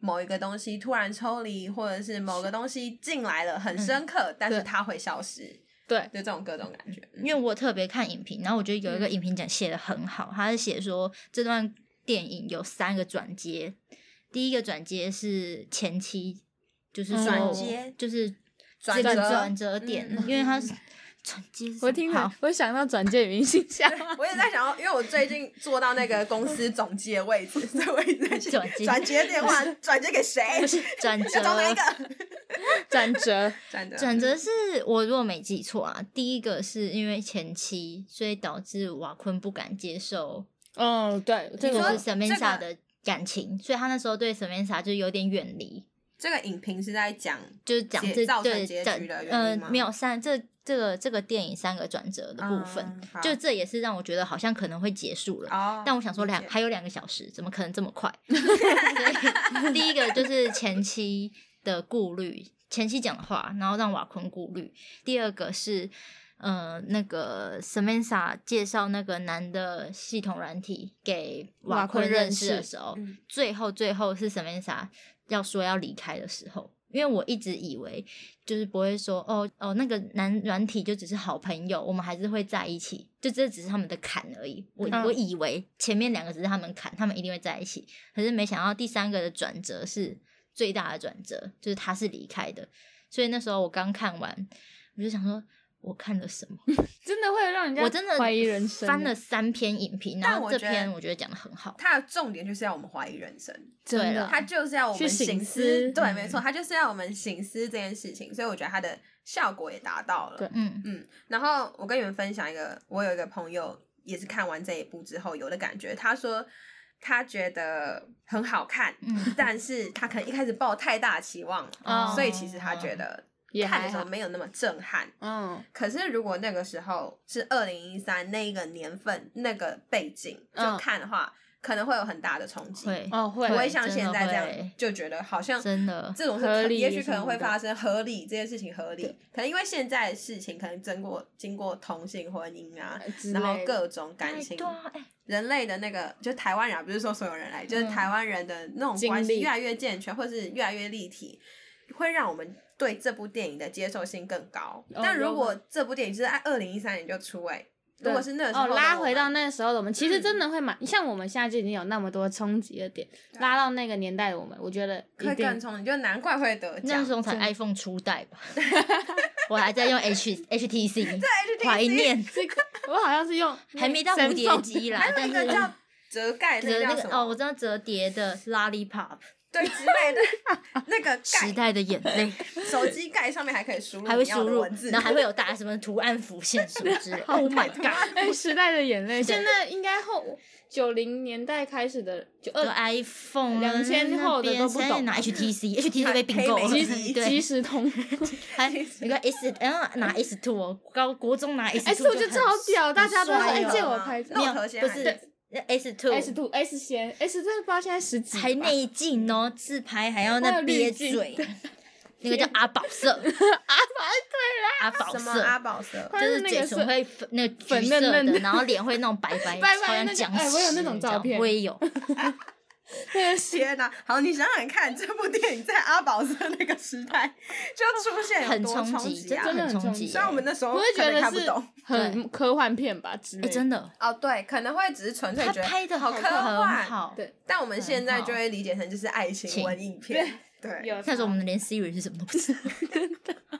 Speaker 3: 某一个东西突然抽离，或者是某个东西进来了很深刻，但是
Speaker 2: 对
Speaker 3: 它会消失，
Speaker 2: 对，
Speaker 3: 就这种各种感觉。嗯
Speaker 1: 因为我特别看影评，然后我觉得有一个影评讲写的很好，他是写说这段电影有三个转接，第一个转接是前期，就是说
Speaker 2: 转
Speaker 3: 接
Speaker 1: 就是
Speaker 3: 转
Speaker 1: 这个
Speaker 3: 折
Speaker 1: 转折点，
Speaker 3: 嗯嗯
Speaker 1: 因为他是转接是什么
Speaker 2: 我听
Speaker 1: 好
Speaker 2: 了，我想到转介明星下，
Speaker 3: 我也在想要，因为我最近坐到那个公司总机的位置，所以我一直在想
Speaker 1: 转接
Speaker 3: 转接电话，转接给谁？
Speaker 1: 不
Speaker 3: (laughs)
Speaker 1: 是转
Speaker 3: 要找哪一
Speaker 1: 折，
Speaker 3: (laughs) 个？
Speaker 2: (laughs) 转折，
Speaker 3: 转折，
Speaker 1: 转折是我如果没记错啊，第一个是因为前期，所以导致瓦昆不敢接受，
Speaker 2: 哦，对，这
Speaker 1: 就
Speaker 2: 个
Speaker 3: 说
Speaker 1: 是
Speaker 2: 我
Speaker 1: Samantha
Speaker 3: 这
Speaker 1: 的感情，所以他那时候对 Samantha 就有点远离，
Speaker 3: 这个影评是在讲，
Speaker 1: 就是讲
Speaker 3: 解
Speaker 1: 这
Speaker 3: 造成
Speaker 1: 对
Speaker 3: 结
Speaker 1: 这
Speaker 3: 局的原
Speaker 1: 呃
Speaker 3: 因吗
Speaker 1: 没有三这这个这个电影三个转折的部分，
Speaker 3: 嗯好
Speaker 1: 就这也是让我觉得好像可能会结束了。
Speaker 3: 哦
Speaker 1: 但我想说
Speaker 3: 理
Speaker 1: 两
Speaker 3: 解
Speaker 1: 还有两个小时，怎么可能这么快？所以第一个就是前期的顾虑，前期讲的话，然后让瓦昆顾虑。第二个是呃那个 Samantha 介绍那个男的系统软体给瓦
Speaker 2: 瓦昆
Speaker 1: 昆
Speaker 2: 认
Speaker 1: 认识的
Speaker 2: 识
Speaker 1: 时候，
Speaker 3: 嗯
Speaker 1: 最后最后是 Samantha 要说要离开的时候。因为我一直以为就是不会说哦哦，那个男软体就只是好朋友，我们还是会在一起，就这只是他们的坎而已。我、
Speaker 2: 嗯
Speaker 1: 我以为前面两个只是他们坎，他们一定会在一起，可是没想到第三个的转折是最大的转折，就是他是离开的。所以那时候我刚看完，我就想说，我看了什么？
Speaker 2: 真的会让人家
Speaker 1: 我真的
Speaker 2: 怀疑人生，欸
Speaker 1: 翻了三篇影评，
Speaker 3: 但
Speaker 1: 然后
Speaker 3: 我
Speaker 1: 这
Speaker 3: 觉得
Speaker 1: 篇我觉得讲的很好。
Speaker 3: 它的重点就是要我们怀疑人生，
Speaker 2: 真
Speaker 1: 对啊
Speaker 2: 的
Speaker 1: 了
Speaker 3: 它就是要我们
Speaker 2: 去省
Speaker 3: 省
Speaker 2: 思
Speaker 3: 对，
Speaker 1: 嗯
Speaker 3: 没错，它就是要我们省思这件事情，所以我觉得它的效果也达到了。
Speaker 2: 对
Speaker 1: 嗯
Speaker 3: 嗯，然后我跟你们分享一个，我有一个朋友也是看完这一部之后有的感觉，他说他觉得很好看，
Speaker 1: 嗯
Speaker 3: 但是他可能一开始抱太大期望，
Speaker 2: 哦
Speaker 3: (laughs) 所以其
Speaker 1: 嗯
Speaker 3: 实他觉得
Speaker 2: 也
Speaker 3: 看
Speaker 2: 还
Speaker 3: 的时候
Speaker 2: 好
Speaker 3: 没有那么震撼。
Speaker 2: 嗯，
Speaker 3: 可是如果那个时候是二零一三那一个年份那个背景就
Speaker 2: 嗯
Speaker 3: 看的话，可能会有很大的冲击。
Speaker 1: 会
Speaker 2: 哦会
Speaker 3: 不会
Speaker 1: 会
Speaker 3: 像
Speaker 1: 真
Speaker 3: 现
Speaker 1: 的
Speaker 3: 在这
Speaker 1: 会
Speaker 3: 样就觉得好像
Speaker 1: 真的
Speaker 3: 这种是
Speaker 2: 合
Speaker 3: 可
Speaker 2: 理
Speaker 3: 也许
Speaker 2: 什
Speaker 3: 可能
Speaker 2: 么
Speaker 3: 会
Speaker 2: 的
Speaker 3: 发生，合理这件事情合理
Speaker 2: 对，
Speaker 3: 可能因为现在的事情可能经过经过同性婚姻啊，
Speaker 2: 呃之
Speaker 3: 然后
Speaker 2: 类的
Speaker 3: 各种感
Speaker 1: 哎
Speaker 3: 情，
Speaker 1: 对啊，哎
Speaker 3: 人类的那个就台湾人啊，不是说所有人来，就是
Speaker 1: 嗯
Speaker 3: 台湾人的那种
Speaker 2: 经
Speaker 3: 关系
Speaker 2: 历
Speaker 3: 越来越健全，或是越来越立体，会让我们对这部电影的接受性更高。
Speaker 2: 哦
Speaker 3: 但如
Speaker 2: 有
Speaker 3: 果
Speaker 2: 可
Speaker 3: 这部电影是在二零一三年就出哎、如果
Speaker 2: 对
Speaker 3: 是那个时候
Speaker 2: 哦，
Speaker 3: 的
Speaker 2: 拉
Speaker 3: 我
Speaker 2: 回
Speaker 3: 们
Speaker 2: 到那时候的我们，其实
Speaker 3: 嗯
Speaker 2: 真的会蛮、像我们现在就已经有那么多冲击的点，
Speaker 3: 对
Speaker 2: 拉到那个年代的我们，我觉得
Speaker 3: 会
Speaker 2: 一
Speaker 3: 更
Speaker 2: 定
Speaker 3: 冲，你就难怪会得奖。
Speaker 1: 那时候才 iPhone 初代吧， (laughs) 我还在用 H
Speaker 3: (laughs)
Speaker 1: HTC，怀念
Speaker 2: 这个我好像是用
Speaker 1: (laughs) 还没到蝴蝶机啦
Speaker 3: 还，有
Speaker 1: 但
Speaker 3: 一
Speaker 1: 是 (laughs)
Speaker 3: 个叫折盖，那
Speaker 1: 折那
Speaker 3: 叫什
Speaker 1: 个
Speaker 3: 么？
Speaker 1: 哦，我知道折叠的 Lollipop
Speaker 3: 对之类的 (laughs) 那个
Speaker 1: 时
Speaker 3: 盖，
Speaker 1: 代的眼
Speaker 3: (laughs)
Speaker 1: 泪，
Speaker 3: 手机盖上面还可以输入
Speaker 1: 还会
Speaker 3: 你要
Speaker 1: 输
Speaker 3: 的
Speaker 1: 入
Speaker 3: 文，字，
Speaker 1: 然后还会有打什么图案浮现什么之
Speaker 3: (laughs)
Speaker 1: 类。Oh
Speaker 2: (laughs)
Speaker 1: my god！
Speaker 2: 哎，时代的眼泪，现在应该后九零年代开始的九
Speaker 1: 就
Speaker 2: 二
Speaker 1: iPhone 啊
Speaker 2: 2000后的都不
Speaker 1: 那
Speaker 2: 懂
Speaker 1: 边现在拿
Speaker 3: (laughs)
Speaker 1: HTC，HTC 被并购了，
Speaker 3: 黑莓机
Speaker 2: 即
Speaker 1: (laughs) 对，
Speaker 2: 时通，
Speaker 1: 还有个 S，然后拿 S two 哦，高国中拿 S
Speaker 2: 哎，
Speaker 1: two
Speaker 2: 我觉得超屌，大家都说
Speaker 1: 帅
Speaker 2: 哎
Speaker 1: 哦
Speaker 2: 借我拍照
Speaker 3: 那
Speaker 1: 没
Speaker 3: 种
Speaker 1: 有，
Speaker 3: 头衔
Speaker 1: 不
Speaker 3: 还
Speaker 1: 是 S two
Speaker 2: ，S two S 先 S 真的不知道现在十几
Speaker 1: 还
Speaker 2: 吧
Speaker 1: 内镜哦，自拍还要那憋嘴， (laughs) 那个叫阿宝色，阿宝
Speaker 3: 什
Speaker 1: 对
Speaker 3: 么
Speaker 1: 啦，
Speaker 3: 阿
Speaker 1: 阿宝
Speaker 3: 宝蛇，
Speaker 1: 色就是嘴唇会粉那个橘色
Speaker 2: 粉嫩嫩
Speaker 1: 的，
Speaker 2: 的
Speaker 1: 然后脸会那种白
Speaker 2: 白
Speaker 1: 白，
Speaker 2: 白的
Speaker 1: 好
Speaker 2: 那
Speaker 1: 像
Speaker 2: 个
Speaker 1: 僵
Speaker 2: 哎
Speaker 1: 尸，
Speaker 2: 我有那种
Speaker 1: 你知道
Speaker 2: 照片
Speaker 1: 我也有，
Speaker 3: 天哪！好，你想想看， (laughs) 这部电影在阿宝色那个时代 (laughs) 就出现有
Speaker 1: 很
Speaker 3: 多
Speaker 1: 冲击，
Speaker 3: 击
Speaker 1: 真
Speaker 3: 啊！
Speaker 1: 的
Speaker 2: 真的很
Speaker 1: 冲
Speaker 2: 冲
Speaker 1: 击
Speaker 2: 击
Speaker 1: 耶。
Speaker 3: 虽然我们那时候
Speaker 2: 我会觉
Speaker 3: 可能
Speaker 2: 得
Speaker 3: 看不
Speaker 2: 是
Speaker 3: (laughs) 懂
Speaker 2: 很科幻片吧之类
Speaker 1: 哎
Speaker 2: 的，
Speaker 1: 真的，
Speaker 3: 哦，对，可能会只是纯粹
Speaker 1: 他
Speaker 3: 觉得
Speaker 1: 拍的
Speaker 3: 好
Speaker 1: 好
Speaker 3: 科
Speaker 1: 很
Speaker 3: 幻，
Speaker 1: 好。
Speaker 2: 对
Speaker 3: 但我们现在
Speaker 1: 很好
Speaker 3: 就会理解成就是爱情
Speaker 1: 情
Speaker 3: 文艺片，对，
Speaker 2: 有
Speaker 1: 那时候我们连 Siri 是什么都不知道，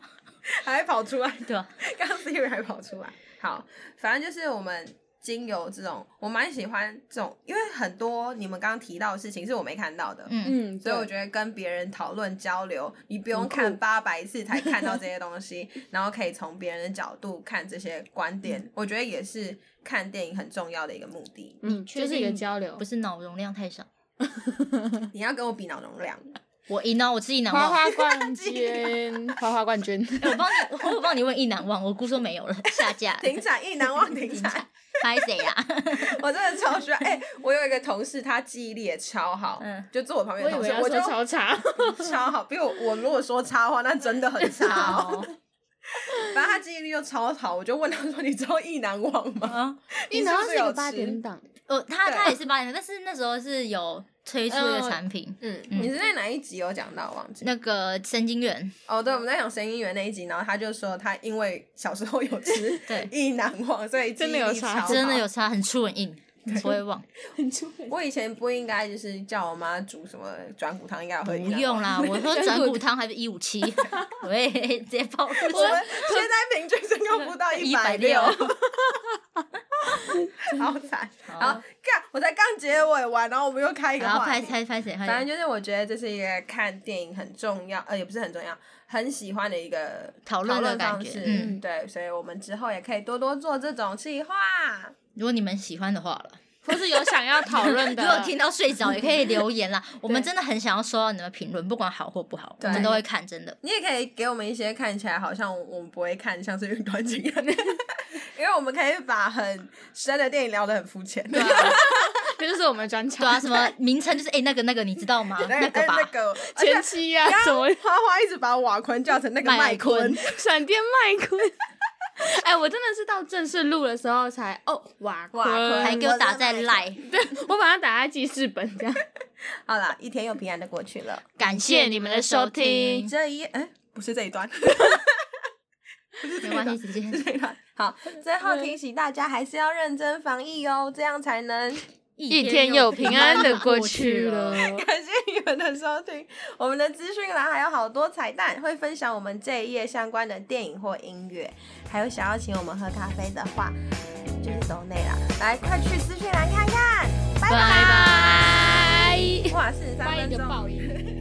Speaker 3: 还跑出来，
Speaker 1: (laughs) 对啊吧？
Speaker 3: (laughs) 刚刚 Siri 还跑出来。好，反正就是我们精油这种，我蛮喜欢这种，因为很多你们刚刚提到的事情是我没看到的，
Speaker 1: 嗯，
Speaker 2: 嗯，
Speaker 3: 所以我
Speaker 2: 对
Speaker 3: 觉得跟别人讨论交流，你不用
Speaker 2: 很酷
Speaker 3: 看八百次才看到这些东西，然后可以从别人的角度看这些观点，我觉得也是看电影很重要的一个目的。
Speaker 2: 嗯，
Speaker 1: 确
Speaker 2: 就是一个
Speaker 1: 定
Speaker 2: 交流
Speaker 1: 不，是脑容量太少，
Speaker 3: (laughs) 你要跟我比脑容量，
Speaker 1: 我赢了，我自己难
Speaker 2: 花
Speaker 1: 忘。
Speaker 3: (laughs)
Speaker 2: 花冠军，花花冠军。
Speaker 1: 哎我帮你， (laughs) 我帮你问一难忘，我姑说没有了，下架了。
Speaker 3: (laughs) 停产一难忘停产，
Speaker 1: 拍谁啊呀？
Speaker 3: 我真的超喜欢。哎、我有一个同事，他记忆力也超好，
Speaker 1: 嗯
Speaker 3: 就坐我旁边
Speaker 2: 我以
Speaker 3: 的同
Speaker 2: 为
Speaker 3: 事，
Speaker 2: 要
Speaker 3: 我
Speaker 2: 说
Speaker 3: 就
Speaker 2: 超差，
Speaker 3: 超好。比我我如果说差的话，那真的很差、
Speaker 1: (laughs)
Speaker 3: 哦。反正他记忆力又超好，我就问他说：“你知道意难忘吗？”
Speaker 1: 啊，
Speaker 3: (laughs) 你是
Speaker 2: 然
Speaker 3: 不
Speaker 2: 后
Speaker 3: 是
Speaker 2: 是
Speaker 3: 有
Speaker 2: 个
Speaker 3: 吃
Speaker 2: 八点
Speaker 3: (laughs)
Speaker 2: 档，
Speaker 1: 哦，他
Speaker 3: 对
Speaker 1: 他也是八点，但是那时候是有推出一个
Speaker 2: 嗯
Speaker 1: 产品，
Speaker 3: 嗯，
Speaker 1: 嗯
Speaker 3: 你是在哪一集有讲到？忘记。
Speaker 1: 那个神经元，
Speaker 3: 哦，对，我们在讲神音园那一集，然后他就说他因为小时候有吃
Speaker 1: 对
Speaker 3: 意难忘，所以记忆
Speaker 2: 真的有
Speaker 3: 力
Speaker 2: 差
Speaker 3: 超
Speaker 1: 真的
Speaker 3: 好
Speaker 1: 有差，很出人印，不会
Speaker 3: (laughs)
Speaker 1: 忘。
Speaker 2: 很出
Speaker 3: 我以前不应该就是叫我妈煮什么转骨汤，应该要喝。
Speaker 1: 不用啦，
Speaker 3: (laughs)
Speaker 1: 我说转骨汤还是一五七， (laughs) 喂，直接暴露
Speaker 3: 我们现在平均身高不到一百
Speaker 1: 160
Speaker 3: 六，好惨。
Speaker 1: 好
Speaker 3: 好，干，我才刚结尾完，然后我们又开一个
Speaker 1: 然后
Speaker 3: 话
Speaker 1: 拍
Speaker 3: 题。
Speaker 1: 拍拍谁？拍谁
Speaker 3: 反正就是我觉得这是一个看电影很重要，呃，也不是很重要，很喜欢的一个
Speaker 1: 讨论的感觉
Speaker 3: 方式
Speaker 1: 嗯
Speaker 3: 对，所以我们之后也可以多多做这种计划。
Speaker 1: 如果你们喜欢的话了，
Speaker 2: 或是有想要讨论
Speaker 1: 如
Speaker 3: (laughs)
Speaker 2: 的，
Speaker 3: 啊
Speaker 1: 果听到睡着也可以留言啦。我们真的很想要收到你们的评论，不管好或不好，我
Speaker 3: 对
Speaker 1: 们都会看，真的。
Speaker 3: 你也可以给我们一些看起来好像我们不会看，像是云端情人， (laughs) 因为我们可以把很深的电影聊得很肤浅。
Speaker 1: 对啊，
Speaker 2: (laughs) 这就是我们的专场，
Speaker 1: 对啊，什么名称就是哎那个那个，你知道吗？
Speaker 3: (laughs) 那
Speaker 1: 那个吧
Speaker 3: 那，
Speaker 1: (laughs)
Speaker 3: 个，而且
Speaker 2: 前妻呀、
Speaker 3: 刚
Speaker 2: 什么
Speaker 3: 花花一直把瓦昆叫成那个麦昆，
Speaker 2: 闪电麦
Speaker 3: (laughs)
Speaker 2: 昆。哎，我真的是到正式录的时候才哦，瓦
Speaker 3: 瓦
Speaker 2: 昆，
Speaker 3: 昆
Speaker 1: 还给我打在
Speaker 3: 我的麦
Speaker 1: 赖，
Speaker 2: 我把它打在记事本这样。
Speaker 3: 好啦，一天又平安的过去了。
Speaker 1: 感谢你们的收听，
Speaker 3: 这一哎，不是这
Speaker 1: (laughs)
Speaker 3: 一段，
Speaker 1: 没关系，直接
Speaker 3: 这一段。
Speaker 1: (laughs)
Speaker 3: 好，最后提醒大家还是要认真防疫哦，这样才能。
Speaker 1: 一
Speaker 2: 地
Speaker 3: (laughs) 感谢你们的收听，我们的资讯栏还有好多彩蛋，会分享我们这一页相关的电影或音乐，还有想要请我们喝咖啡的话，就是走内啦，来快去资讯栏看看，拜
Speaker 1: 拜
Speaker 3: 拜。
Speaker 1: 拜。
Speaker 3: 哇，四十三
Speaker 2: 欢迎
Speaker 3: 分
Speaker 2: 就
Speaker 3: 钟。
Speaker 2: 爆音。